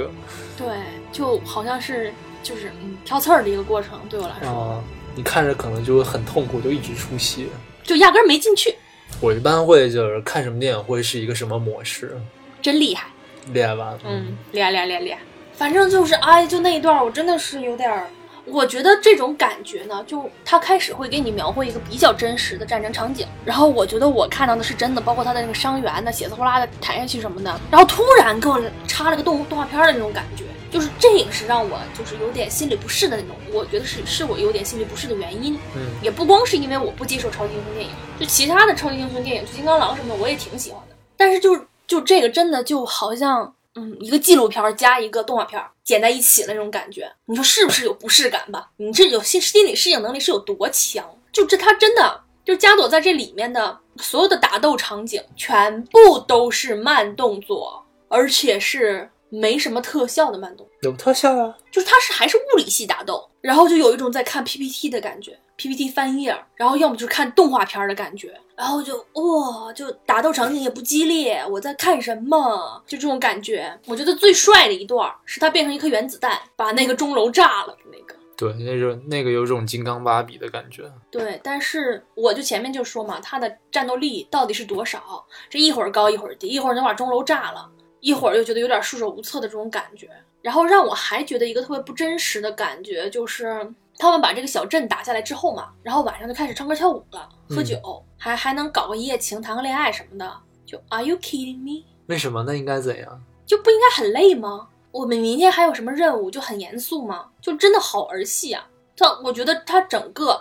S1: 对，就好像是就是
S2: 哦
S1: 嗯挑刺儿的一个过程，对我来说。
S2: 啊、你看着可能就会很痛苦，就一直出戏。
S1: 就压根儿没进去，
S2: 我一般会就是看什么电影会是一个什么模式，
S1: 真厉害。
S2: 练完，
S1: 嗯，俩俩俩俩，反正就是哎，就那一段，我真的是有点儿。我觉得这种感觉呢，就他开始会给你描绘一个比较真实的战争场景，然后我觉得我看到的是真的，包括他的那个伤员呢，血丝呼啦的弹下去什么的，然后突然给我插了个动动画片儿的那种感觉，就是这也是让我就是有点心里不适的那种，我觉得是是我有点心里不适的原因，
S2: 嗯，
S1: 也不光是因为我不接受超级英雄电影，就其他的超级英雄电影，就金刚狼什么的，我也挺喜欢的，但是就是就这个真的就好像，嗯，一个纪录片儿加一个动画片儿剪在一起的那种感觉，你说是不是有不适感吧？你这有心心理适应能力是有多强？就这他真的就是加朵在这里面的所有的打斗场景，全部都是慢动作，而且是没什么特效的慢动作。
S2: 有特效啊，
S1: 就是它是还是物理系打斗，然后就有一种在看 PPT 的感觉，PPT 翻页，然后要么就是看动画片儿的感觉，然后就哇、就打斗场景也不激烈，我在看什么？就这种感觉。我觉得最帅的一段儿是他变成一颗原子弹，把那个钟楼炸了那个。
S2: 对，那种那个有种金刚芭比的感觉，
S1: 对，但是我就前面就说嘛，他的战斗力到底是多少？这一会儿高一会儿低，一会儿能把钟楼炸了，一会儿又觉得有点束手无策的这种感觉。然后让我还觉得一个特别不真实的感觉，就是他们把这个小镇打下来之后嘛，然后晚上就开始唱歌跳舞了，喝
S2: 嗯
S1: 酒，还还能搞个一夜情、谈个恋爱什么的。就 Are you kidding me？
S2: 为什么？那应该怎样？
S1: 就不应该很累吗？我们明天还有什么任务？就很严肃吗？就真的好儿戏啊！但我觉得他整个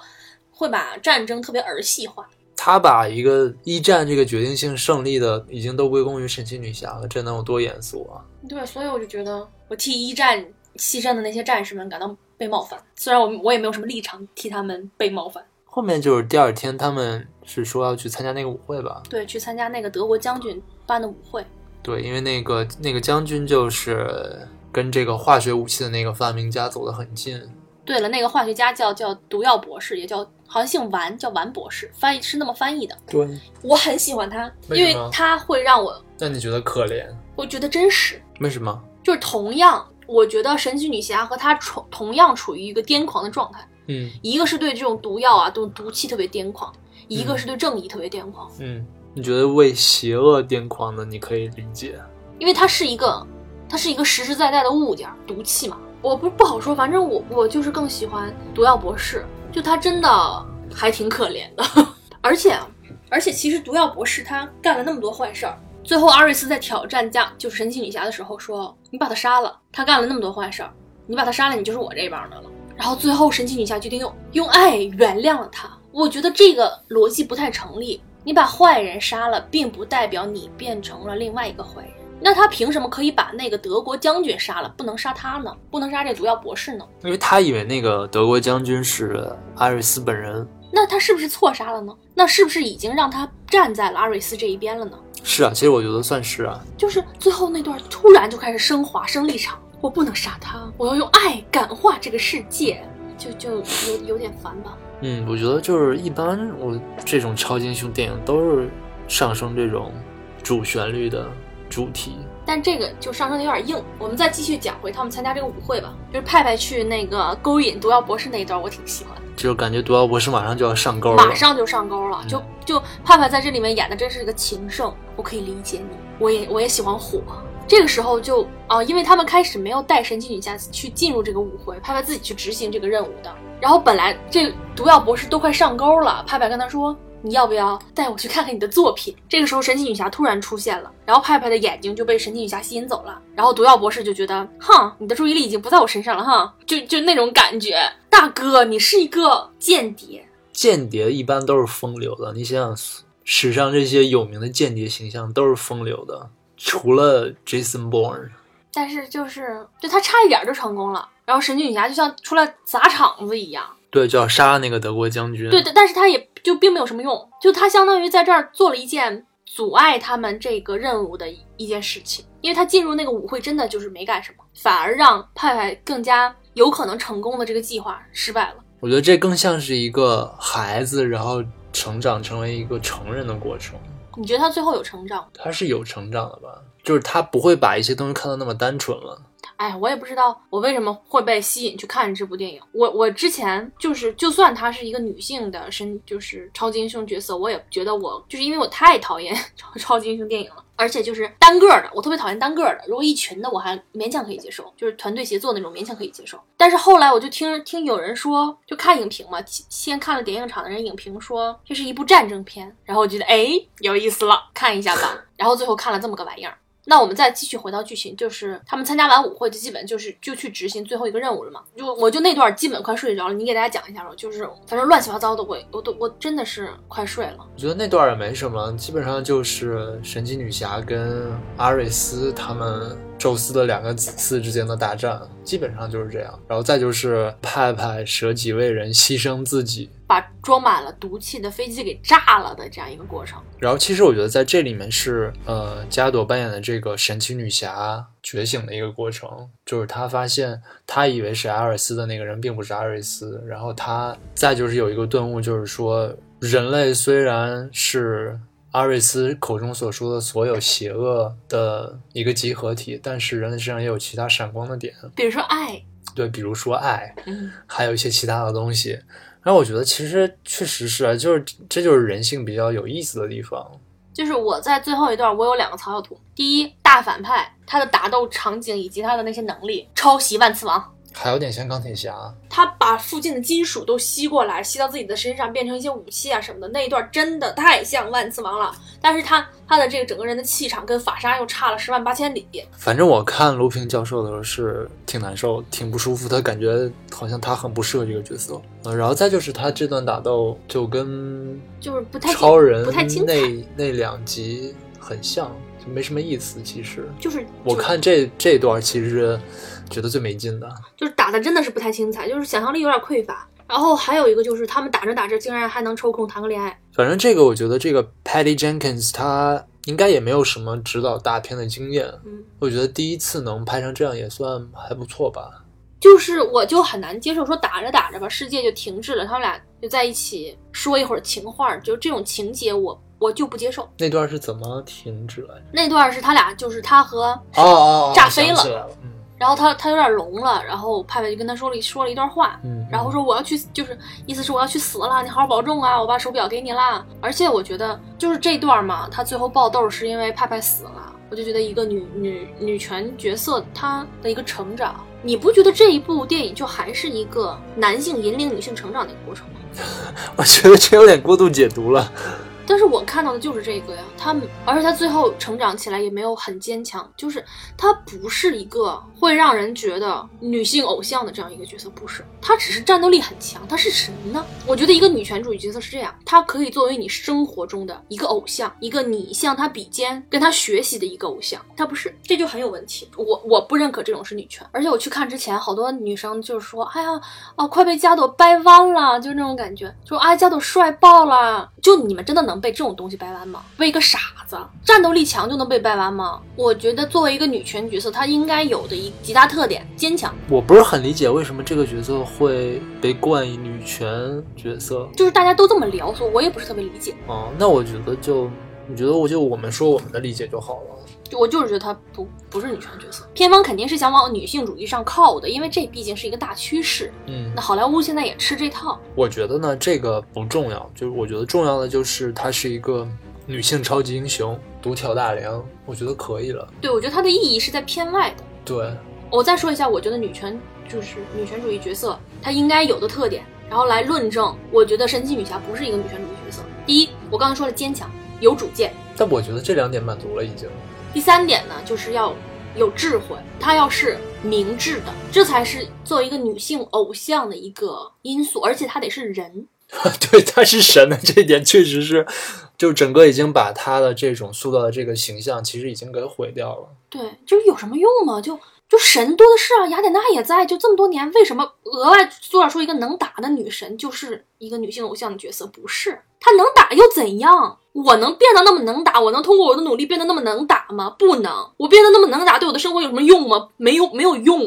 S1: 会把战争特别儿戏化。
S2: 他把一个一战这个决定性胜利的，已经都归功于神奇女侠了，这能有多严肃啊？
S1: 对，所以我就觉得我替一战牺牲的那些战士们感到被冒犯，虽然我我也没有什么立场替他们被冒犯。
S2: 后面就是第二天，他们是说要去参加那个舞会吧？
S1: 对，去参加那个德国将军办的舞会，
S2: 对，因为那个那个将军就是跟这个化学武器的那个发明家走得很近，
S1: 对了，那个化学家叫叫毒药博士，也叫好像姓丸，叫丸博士，翻译是那么翻译的。
S2: 对，
S1: 我很喜欢他，
S2: 为
S1: 因
S2: 什
S1: 为
S2: 么
S1: 他会让我
S2: 那你觉得可怜？
S1: 我觉得真实，
S2: 为什么？
S1: 就是同样，我觉得神奇女侠和她处同样处于一个癫狂的状态，
S2: 嗯
S1: 一个是对这种毒药啊、这种毒气特别癫狂，一个
S2: 嗯
S1: 是对正义特别癫狂，
S2: 嗯，你觉得为邪恶癫狂的，你可以理解。
S1: 因为它是一个，它是一个实实在在的物件儿，毒气嘛。我不不好说，反正我我就是更喜欢毒药博士，就他真的还挺可怜的， 而且啊而且其实毒药博士他干了那么多坏事儿，最后阿瑞斯在挑战加就是神奇女侠的时候说：“你把他杀了，他干了那么多坏事儿，你把他杀了，你就是我这帮的了。”然后最后神奇女侠决定用用爱原谅了他。我觉得这个逻辑不太成立。你把坏人杀了，并不代表你变成了另外一个坏人。那他凭什么可以把那个德国将军杀了，不能杀他呢？不能杀这毒药博士呢？
S2: 因为他以为那个德国将军是阿瑞斯本人。
S1: 那他是不是错杀了呢？那是不是已经让他站在了阿瑞斯这一边了呢？
S2: 是啊，其实我觉得算是啊。
S1: 就是最后那段突然就开始升华升立场，我不能杀他，我要用爱感化这个世界，就就有有点烦吧。
S2: 嗯，我觉得就是一般我这种超级英雄电影都是上升这种主旋律的主题。
S1: 但这个就上升的有点硬，我们再继续讲回他们参加这个舞会吧。就是派派去那个勾引毒药博士那一段，我挺喜欢的，
S2: 就是感觉毒药博士马上就要上钩了，
S1: 马上就上钩了。
S2: 嗯
S1: 就就派派在这里面演的真是一个情圣，我可以理解你，我也我也喜欢火。这个时候就啊、因为他们开始没有带神奇女侠去进入这个舞会，派派自己去执行这个任务的。然后本来这毒药博士都快上钩了，派派跟他说：“你要不要带我去看看你的作品？”这个时候，神奇女侠突然出现了，然后派派的眼睛就被神奇女侠吸引走了。然后毒药博士就觉得，哼，你的注意力已经不在我身上了，哈，就就那种感觉。大哥，你是一个间谍，
S2: 间谍一般都是风流的，你想想，史上这些有名的间谍形象都是风流的，除了 Jason Bourne，
S1: 但是就是就他差一点就成功了。然后神奇女侠就像出来砸场子一样，
S2: 对，就要杀那个德国将军。
S1: 对，但但是他也就并没有什么用，就他相当于在这儿做了一件阻碍他们这个任务的一件事情，因为他进入那个舞会真的就是没干什么，反而让派派更加有可能成功的这个计划失败了。
S2: 我觉得这更像是一个孩子，然后成长成为一个成人的过程。
S1: 你觉得他最后有成长吗？
S2: 他是有成长的吧？就是他不会把一些东西看得那么单纯了。
S1: 哎，我也不知道我为什么会被吸引去看这部电影。我我之前就是，就算她是一个女性的身，就是超级英雄角色，我也觉得我就是因为我太讨厌 超超级英雄电影了。而且就是单个儿的，我特别讨厌单个儿的。如果一群的，我还勉强可以接受，就是团队协作那种勉强可以接受。但是后来我就听听有人说，就看影评嘛，先先看了点映场的人影评说这是一部战争片，然后我觉得哎有意思了，看一下吧。然后最后看了这么个玩意儿。那我们再继续回到剧情，就是他们参加完舞会，就基本就是就去执行最后一个任务了嘛。就我就那段基本快睡着了，你给大家讲一下吧。就是反正乱七八糟的，我我都我真的是快睡了。
S2: 我觉得那段儿也没什么，基本上就是神奇女侠跟阿瑞斯他们宙斯的两个子嗣之间的大战，基本上就是这样。然后再就是派派舍己为人，牺牲自己。
S1: 把装满了毒气的飞机给炸了的这样一个过程，
S2: 然后其实我觉得在这里面是呃，加朵扮演的这个神奇女侠觉醒的一个过程，就是她发现她以为是阿尔斯的那个人并不是阿瑞斯，然后她再就是有一个顿悟，就是说人类虽然是。阿瑞斯口中所说的所有邪恶的一个集合体，但是人类身上也有其他闪光的点，
S1: 比如说爱，
S2: 对，比如说爱，
S1: 嗯，
S2: 还有一些其他的东西。然后我觉得其实确实是啊，就是这就是人性比较有意思的地方。
S1: 就是我在最后一段，我有两个草药图。第一，大反派他的打斗场景以及他的那些能力，抄袭万磁王，
S2: 还有点像钢铁侠，
S1: 他把附近的金属都吸过来，吸到自己的身上，变成一些武器啊什么的。那一段真的太像万磁王了，但是他他的这个整个人的气场跟法沙又差了十万八千里。
S2: 反正我看卢平教授的时候是挺难受、挺不舒服的，感觉好像他很不适合这个角色。呃，然后再就是他这段打斗就跟
S1: 就是不太
S2: 超人
S1: 不太精彩
S2: 那那两集很像，就没什么意思。其实
S1: 就是
S2: 我看这这段其实是觉得最没劲的。
S1: 就是打的真的是不太精彩，就是想象力有点匮乏。然后还有一个就是他们打着打着竟然还能抽空谈个恋爱，
S2: 反正这个我觉得这个 Patty Jenkins 他应该也没有什么指导大片的经验，
S1: 嗯，
S2: 我觉得第一次能拍成这样也算还不错吧。
S1: 就是我就很难接受说打着打着吧，世界就停滞了，他们俩就在一起说一会儿情话，就这种情节我我就不接受。
S2: 那段是怎么停止来着？
S1: 那段是他俩就是他和
S2: 哦哦，哦
S1: 炸飞了
S2: 想起来嗯
S1: 然后他他有点聋了，然后派派就跟他说了一说了一段话，
S2: 嗯，
S1: 然后说我要去，就是意思是我要去死了，你好好保重啊，我把手表给你啦。而且我觉得就是这段嘛，他最后爆豆是因为派派死了，我就觉得一个女女女权角色她的一个成长，你不觉得这一部电影就还是一个男性引领女性成长的一个过程吗？
S2: 我觉得这有点过度解读了。
S1: 但是我看到的就是这个呀，他们，而且他最后成长起来也没有很坚强，就是他不是一个会让人觉得女性偶像的这样一个角色，不是，他只是战斗力很强，他是什么呢？我觉得一个女权主义角色是这样，她可以作为你生活中的一个偶像，一个你向她比肩、跟她学习的一个偶像，她不是，这就很有问题。我我不认可这种是女权，而且我去看之前，好多女生就是说，哎呀，哦，快被加朵掰弯了，就那种感觉，就啊，加朵帅爆了，就你们真的能被这种东西掰弯吗？为一个傻子，战斗力强就能被掰弯吗？我觉得作为一个女权角色，她应该有的一极大特点，坚强，
S2: 我不是很理解为什么这个角色会被冠以女权角色
S1: 就是大家都这么聊，所以我也不是特别理解，
S2: 哦，那我觉得就，我觉得我就我们说我们的理解就好了。
S1: 就我就是觉得她不不是女权角色，片方肯定是想往女性主义上靠的，因为这毕竟是一个大趋势。
S2: 嗯
S1: 那好莱坞现在也吃这套，
S2: 我觉得呢，这个不重要，就是我觉得重要的就是她是一个女性超级英雄，独挑大梁，我觉得可以了。
S1: 对我觉得它的意义是在片外的。
S2: 对，
S1: 我再说一下，我觉得女权就是女权主义角色，它应该有的特点，然后来论证。我觉得神奇女侠不是一个女权主义角色。第一，我刚才说了坚强，有主见。
S2: 但我觉得这两点满足了已经。
S1: 第三点呢，就是要有智慧，她要是明智的，这才是作为一个女性偶像的一个因素，而且她得是人。
S2: 对，她是神的这一点确实是，就整个已经把她的这种塑造的这个形象，其实已经给毁掉了。
S1: 对，就是有什么用吗？就就神多的是啊，雅典娜也在，就这么多年，为什么额外塑造出一个能打的女神，就是一个女性偶像的角色？不是，她能打又怎样？我能变得那么能打，我能通过我的努力变得那么能打吗？不能，我变得那么能打，对我的生活有什么用吗？没有，没有用。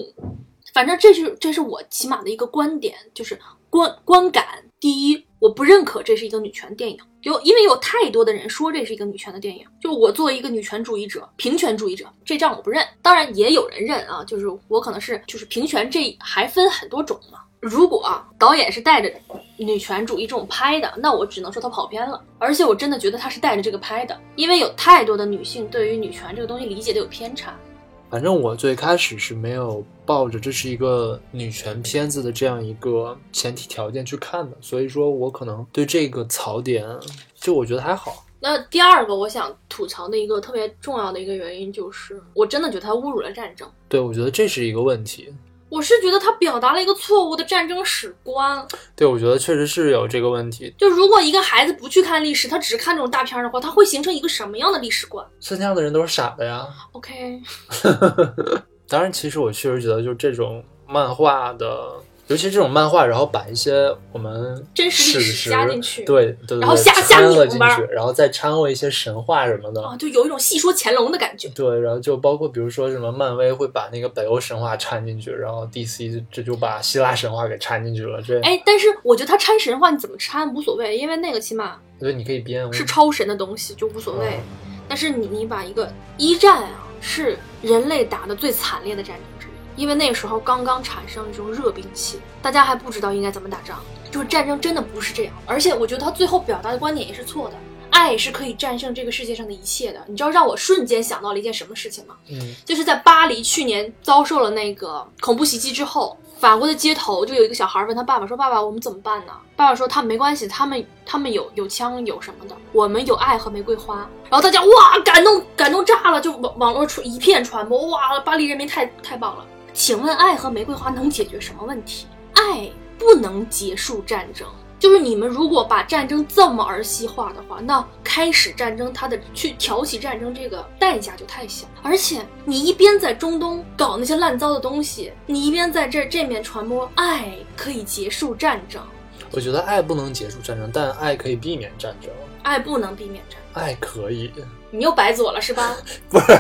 S1: 反正这是这是我起码的一个观点，就是观观感。第一，我不认可这是一个女权电影。有，因为有太多的人说这是一个女权的电影，就是我作为一个女权主义者、平权主义者，这账我不认。当然也有人认啊，就是我可能是就是平权这还分很多种嘛。如果、啊、导演是带着女权主义这种拍的，那我只能说他跑偏了。而且我真的觉得他是带着这个拍的，因为有太多的女性对于女权这个东西理解的有偏差。
S2: 反正我最开始是没有抱着这是一个女权片子的这样一个前提条件去看的，所以说我可能对这个槽点，就我觉得还好。
S1: 那第二个我想吐槽的一个特别重要的一个原因就是，我真的觉得他侮辱了战争。
S2: 对，我觉得这是一个问题。
S1: 我是觉得他表达了一个错误的战争史观。
S2: 对，我觉得确实是有这个问题。
S1: 就如果一个孩子不去看历史，他只看这种大片的话，他会形成一个什么样的历史观？
S2: 像这样的人都是傻的呀。
S1: OK
S2: 当然，其实我确实觉得，就是这种漫画的，尤其这种漫画，然后把一些我们
S1: 真
S2: 实
S1: 历史加进去，
S2: 对对对，
S1: 然后瞎瞎
S2: 掺和进
S1: 吧
S2: 去，然后再掺和一些神话什么的。
S1: 啊，就有一种戏说乾隆的感觉。
S2: 对，然后就包括比如说什么漫威会把那个北欧神话掺进去，然后 DC 这就把希腊神话给掺进去了。这
S1: 哎，但是我觉得他掺神话你怎么掺无所谓，因为那个起码
S2: 对你可以编
S1: 是超神的东西就无所谓。
S2: 嗯
S1: 但是你你把一个一战啊是人类打的最惨烈的战争之一，因为那时候刚刚产生这种热兵器，大家还不知道应该怎么打仗，就是战争真的不是这样。而且我觉得他最后表达的观点也是错的，爱是可以战胜这个世界上的一切的。你知道让我瞬间想到了一件什么事情吗？
S2: 嗯，
S1: 就是在巴黎去年遭受了那个恐怖袭击之后，法国的街头就有一个小孩问他爸爸说：“爸爸，我们怎么办呢？”爸爸说：“他们没关系，他们他们有有枪有什么的，我们有爱和玫瑰花。”然后大家哇感动感动炸了，就网网络传一片传播，哇，巴黎人民太太棒了。请问爱和玫瑰花能解决什么问题？爱不能结束战争。就是你们如果把战争这么儿戏化的话，那开始战争它的去挑起战争这个代价就太小，而且你一边在中东搞那些烂糟的东西，你一边在这这面传播爱可以结束战争，
S2: 我觉得爱不能结束战争，但爱可以避免战争，
S1: 爱不能避免战争。
S2: 爱可以。
S1: 你又白左了是吧？
S2: 不是，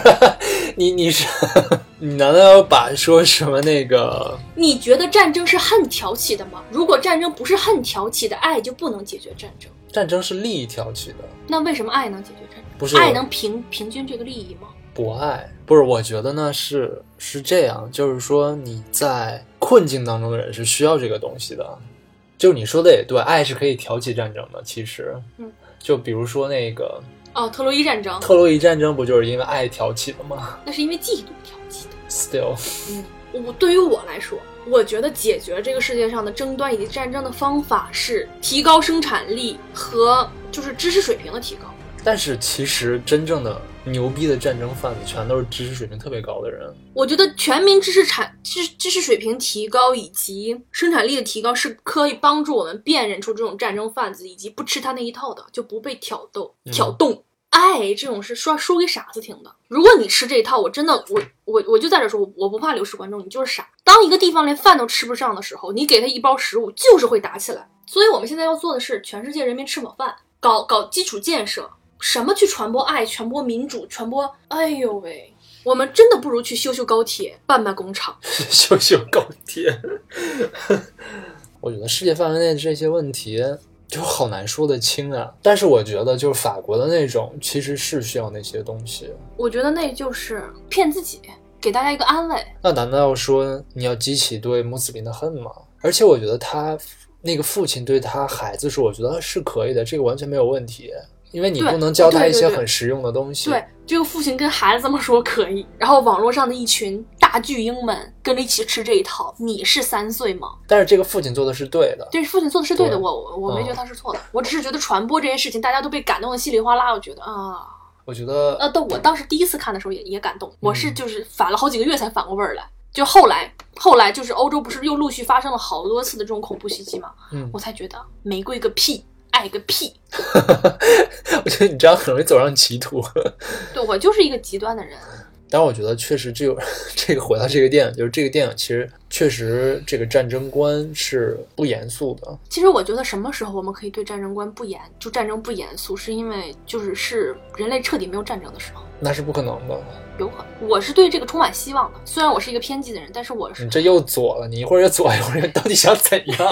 S2: 你你是 你难道要把说什么那个？
S1: 你觉得战争是恨挑起的吗？如果战争不是恨挑起的，爱就不能解决战争。
S2: 战争是利益挑起的，
S1: 那为什么爱能解决战争？
S2: 不是
S1: 爱能平平均这个利益吗？
S2: 博爱，不是？我觉得呢是是这样，就是说你在困境当中的人是需要这个东西的，就你说的也对，爱是可以挑起战争的。其实，
S1: 嗯，
S2: 就比如说那个
S1: 哦，特洛伊战争，
S2: 特洛伊战争，不就是因为爱挑起的吗
S1: 那是因为嫉妒挑起的。
S2: ？Still，
S1: 嗯，我对于我来说，我觉得解决这个世界上的争端以及战争的方法是提高生产力和就是知识水平的提高。
S2: 但是其实真正的牛逼的战争贩子，全都是知识水平特别高的人。
S1: 我觉得全民知识产知知识水平提高以及生产力的提高是可以帮助我们辨认出这种战争贩子以及不吃他那一套的，就不被挑逗
S2: 嗯
S1: 挑动。爱这种是说说给傻子听的。如果你吃这一套，我真的我我我就在这说，我我不怕流失观众，你就是傻。当一个地方连饭都吃不上的时候，你给他一包食物，就是会打起来。所以我们现在要做的是，全世界人民吃饱饭，搞搞基础建设，什么去传播爱，传播民主，传播……哎呦喂，我们真的不如去修修高铁，办办工厂。
S2: 修修高铁。我觉得世界范围内这些问题就好难说得清啊。但是我觉得，就是法国的那种，其实是需要那些东西。
S1: 我觉得那就是骗自己，给大家一个安慰。
S2: 那难道说你要激起对穆斯林的恨吗？而且我觉得他那个父亲对他孩子说，我觉得是可以的，这个完全没有问题，因为你
S1: 对
S2: 不能教他
S1: 对对
S2: 一些
S1: 对
S2: 很实用的东西。
S1: 对，这个父亲跟孩子这么说可以，然后网络上的一群大巨婴们跟着一起吃这一套。你是三岁吗？
S2: 但是这个父亲做的是对的。
S1: 对，父亲做的是对的，
S2: 对
S1: 我我我没
S2: 嗯
S1: 觉得他是错的，我只是觉得传播这件事情，大家都被感动的稀里哗啦，我觉得啊，
S2: 我觉得
S1: 呃，但我当时第一次看的时候也也感动，我是就是反了好几个月才反过味儿来，就后来后来就是欧洲不是又陆续发生了好多次的这种恐怖袭击嘛，
S2: 嗯
S1: 我才觉得玫瑰个屁，爱个屁，
S2: 我觉得你这样很容易走上歧途。
S1: 对我就是一个极端的人，
S2: 但我觉得确实只有 这个回到这个电影，就是这个电影其实确实这个战争观是不严肃的。
S1: 其实我觉得什么时候我们可以对战争观不严，就战争不严肃，是因为就是是人类彻底没有战争的时候，
S2: 那是不可能的，
S1: 有可能。我是对这个充满希望的，虽然我是一个偏激的人，但是
S2: 嗯
S1: 我是
S2: 你这又左了，你一会儿又左，一会儿又，到底想怎样？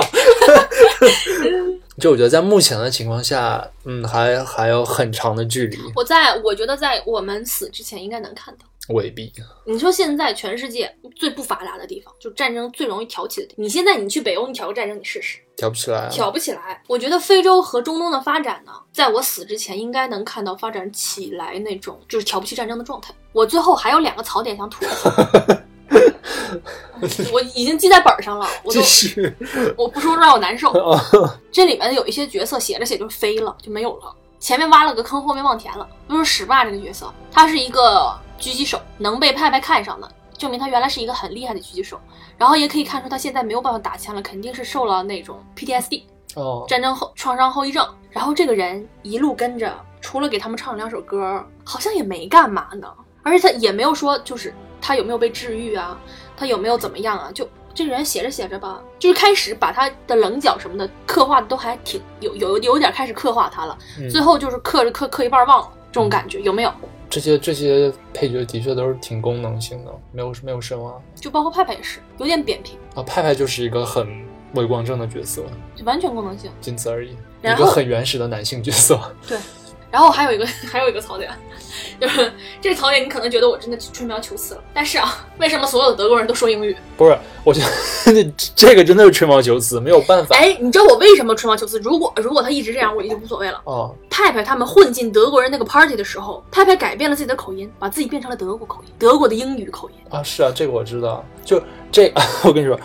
S2: 就我觉得在目前的情况下，嗯，还还有很长的距离，
S1: 我在我觉得在我们死之前应该能看到。
S2: 未必。
S1: 你说现在全世界最不发达的地方，就战争最容易挑起的地方，你现在你去北欧，你挑个战争，你试试，
S2: 挑不起来啊，
S1: 挑不起来。我觉得非洲和中东的发展呢，在我死之前应该能看到发展起来那种就是挑不起战争的状态。我最后还有两个槽点想吐 槽，我已经记在本儿上了，我就
S2: 继续
S1: 我不说让我 难受。
S2: 啊，
S1: 这里面有一些角色写着写就飞了，就没有了。前面挖了个坑，后面忘填了。就是史霸这个角色，他是一个狙击手，能被派派看上的，证明他原来是一个很厉害的狙击手。然后也可以看出他现在没有办法打枪了，肯定是受了那种 PTSD
S2: 哦，
S1: 战争后创伤后遗症。然后这个人一路跟着，除了给他们唱了两首歌，好像也没干嘛呢。而且他也没有说，就是他有没有被治愈啊，他有没有怎么样啊？就这个人写着写着吧，就是开始把他的棱角什么的刻画的都还挺有有有点开始刻画他了，
S2: 嗯
S1: 最后就是刻着刻刻一半忘了这种感觉，有没有？
S2: 这些这些配角的确都是挺功能性的，没有没有深挖
S1: 就包括派派也是有点扁平，
S2: 啊。派派就是一个很伪光正的角色，
S1: 就完全功能性。
S2: 仅此而已，一
S1: 然
S2: 个
S1: 后
S2: 很原始的男性角色。
S1: 然后还有一个 还有一个槽点，就是这个槽点你可能觉得我真的吹毛求疵了，但是啊， 为什么所有的德国人都说英语？
S2: 不是，我觉得 这个真的是吹毛求疵，没有办法。
S1: 哎，你知道我为什么吹毛求疵？如果如果他一直这样，我也就无所谓了。
S2: 哦，
S1: 派派他们混进德国人那个 party 的时候，派派改变了自己的口音，把自己变成了德国口音，德国的英语口音。
S2: 啊，是啊，这个我知道。就这， 我跟你说，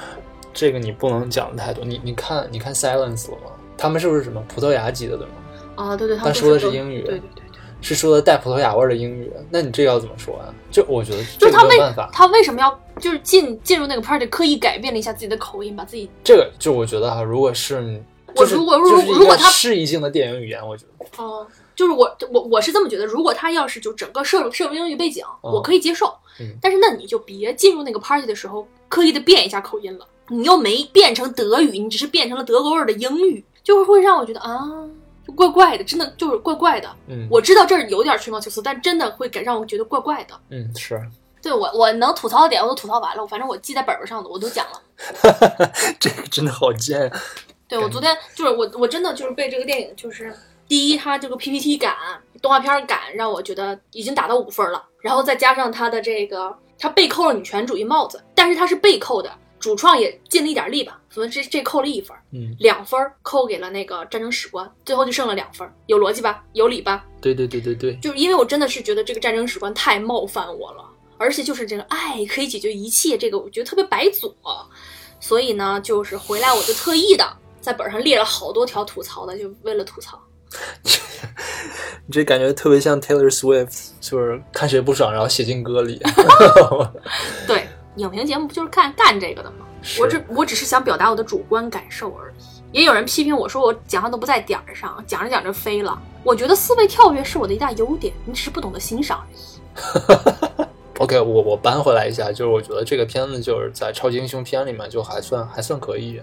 S2: 这个你不能讲的太多。你你看，你看 Silence 了吗？他们是不是什么葡萄牙籍的，对吗？
S1: 啊，对对，他
S2: 但
S1: 们
S2: 说的是
S1: 德
S2: 英语
S1: 对对对对，
S2: 是说的带葡萄牙味儿的英语，那你这个要怎么说啊？就我觉得
S1: 就
S2: 这
S1: 是他
S2: 个没
S1: 为
S2: 有办法。
S1: 他为什么要就是进进入那个 party，刻意改变了一下自己的口音，把自己
S2: 这个就我觉得哈，如果是你
S1: 我
S2: 就是
S1: 如果
S2: 就是
S1: 如
S2: 一
S1: 如果
S2: 个
S1: 他
S2: 适宜性的电影语言，我觉得
S1: 哦、就是我我我是这么觉得，如果他要是就整个摄入摄入英语背景，
S2: 哦
S1: 我可以接受，
S2: 嗯
S1: 但是那你就别进入那个 party 的时候刻意的变一下口音了，你又没变成德语，你只是变成了德国味儿的英语，就是会让我觉得啊，就怪怪的，真的就是怪怪的。
S2: 嗯，
S1: 我知道这儿有点吹毛求疵，但真的会给让我觉得怪怪的。
S2: 嗯是
S1: 对我我能吐槽的点我都吐槽完了，我反正我记在本本上的我都讲了。
S2: 这个真的好贱啊。
S1: 对我昨天就是我我真的就是被这个电影就是第一它这个 PPT 感、动画片感让我觉得已经打到五分了，然后再加上它的这个它被扣了女权主义帽子，但是它是被扣的，主创也尽了一点力吧，所以这这扣了一分，
S2: 嗯，
S1: 两分扣给了那个战争史观，最后就剩了两分，有逻辑吧，有理吧，
S2: 对对对对对，
S1: 就是因为我真的是觉得这个战争史观太冒犯我了，而且就是这个爱可以解决一切，这个我觉得特别白左，所以呢，就是回来我就特意的在本上列了好多条吐槽的，就为了吐槽。
S2: 你这感觉特别像 Taylor Swift，就是看谁不爽然后写进歌里。
S1: 对，影评节目不就是干干这个的吗？
S2: 是
S1: 我只我只是想表达我的主观感受而已。也有人批评我说我讲话都不在点儿上，讲着讲着飞了。我觉得思维跳跃是我的一大优点，你只是不懂得欣赏而已。
S2: OK，我我搬回来一下，就是我觉得这个片子就是在超级英雄片里面就还算还算可以。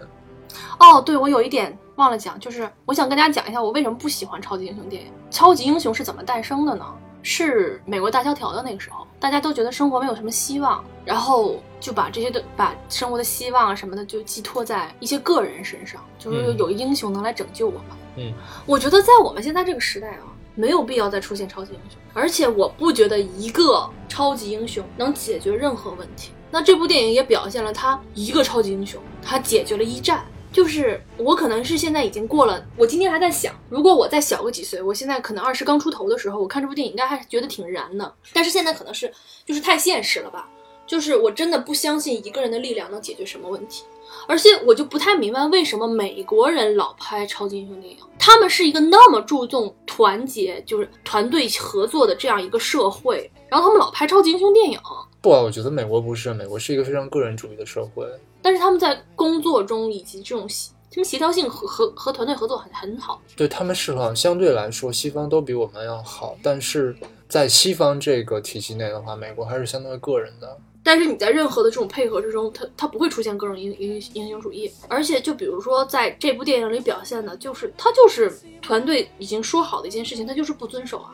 S1: 哦，对，我有一点忘了讲，就是我想跟大家讲一下我为什么不喜欢超级英雄电影。超级英雄是怎么诞生的呢？是美国大萧条的那个时候，大家都觉得生活没有什么希望，然后就把这些的把生活的希望啊什么的就寄托在一些个人身上，就是
S2: 嗯
S1: 有英雄能来拯救我们。
S2: 嗯，
S1: 我觉得在我们现在这个时代啊，没有必要再出现超级英雄，而且我不觉得一个超级英雄能解决任何问题。那这部电影也表现了他一个超级英雄，他解决了一战。就是我可能是现在已经过了，我今天还在想，如果我再小个几岁，我现在可能二十刚出头的时候，我看这部电影应该还是觉得挺燃的。但是现在可能是就是太现实了吧，就是我真的不相信一个人的力量能解决什么问题。而且我就不太明白为什么美国人老拍超级英雄电影，他们是一个那么注重团结，就是团队合作的这样一个社会，然后他们老拍超级英雄电影，
S2: 不啊，我觉得美国不是，美国是一个非常个人主义的社会。
S1: 但是他们在工作中以及这种协他们协调性和和和团队合作很很好。
S2: 对他们市场相对来说，西方都比我们要好，但是在西方这个体系内的话，美国还是相对个人的。
S1: 但是你在任何的这种配合之中，它它不会出现各种英英英雄主义，而且就比如说在这部电影里表现的，就是它就是团队已经说好的一件事情，它就是不遵守啊。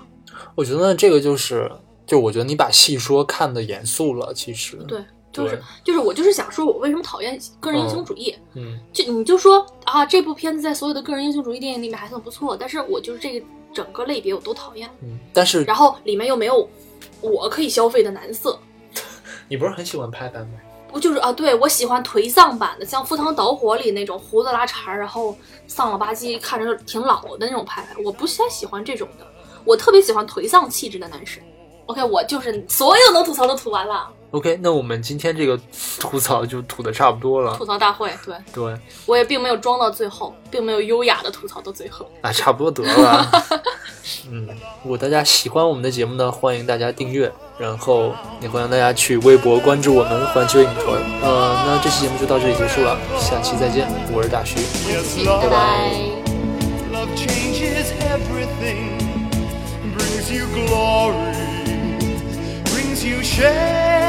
S2: 我觉得这个就是，就我觉得你把戏说看得严肃了，其实
S1: 对，就是
S2: 对
S1: 就是我就是想说，我为什么讨厌个人英雄主义？
S2: 嗯
S1: 就你就说啊，这部片子在所有的个人英雄主义电影里面还算不错，但是我就是这个整个类别我都讨厌，
S2: 嗯，但是
S1: 然后里面又没有我可以消费的男色，
S2: 你不是很喜欢拍板吗？
S1: 不就是啊？对我喜欢颓丧版的，像《赴汤蹈火》里那种胡子拉碴儿，然后丧了吧唧，看着挺老的那种拍拍，我不太喜欢这种的，我特别喜欢颓丧气质的男神。OK，我就是所有能吐槽都吐完了，
S2: OK，那我们今天这个吐槽就吐的差不多了
S1: 吐。槽大会，对
S2: 对，
S1: 我也并没有装到最后，并没有优雅的吐槽到最后。
S2: 啊，差不多得 了。嗯，如果大家喜欢我们的节目呢，欢迎大家订阅，然后也欢迎大家去微博关注我们环球影城。呃，那这期节目就到这里结束了，下期再见，我是大徐。
S3: Yes,
S1: 拜
S3: love,
S1: 拜。
S3: love changes everything, brings you glory, brings you shame.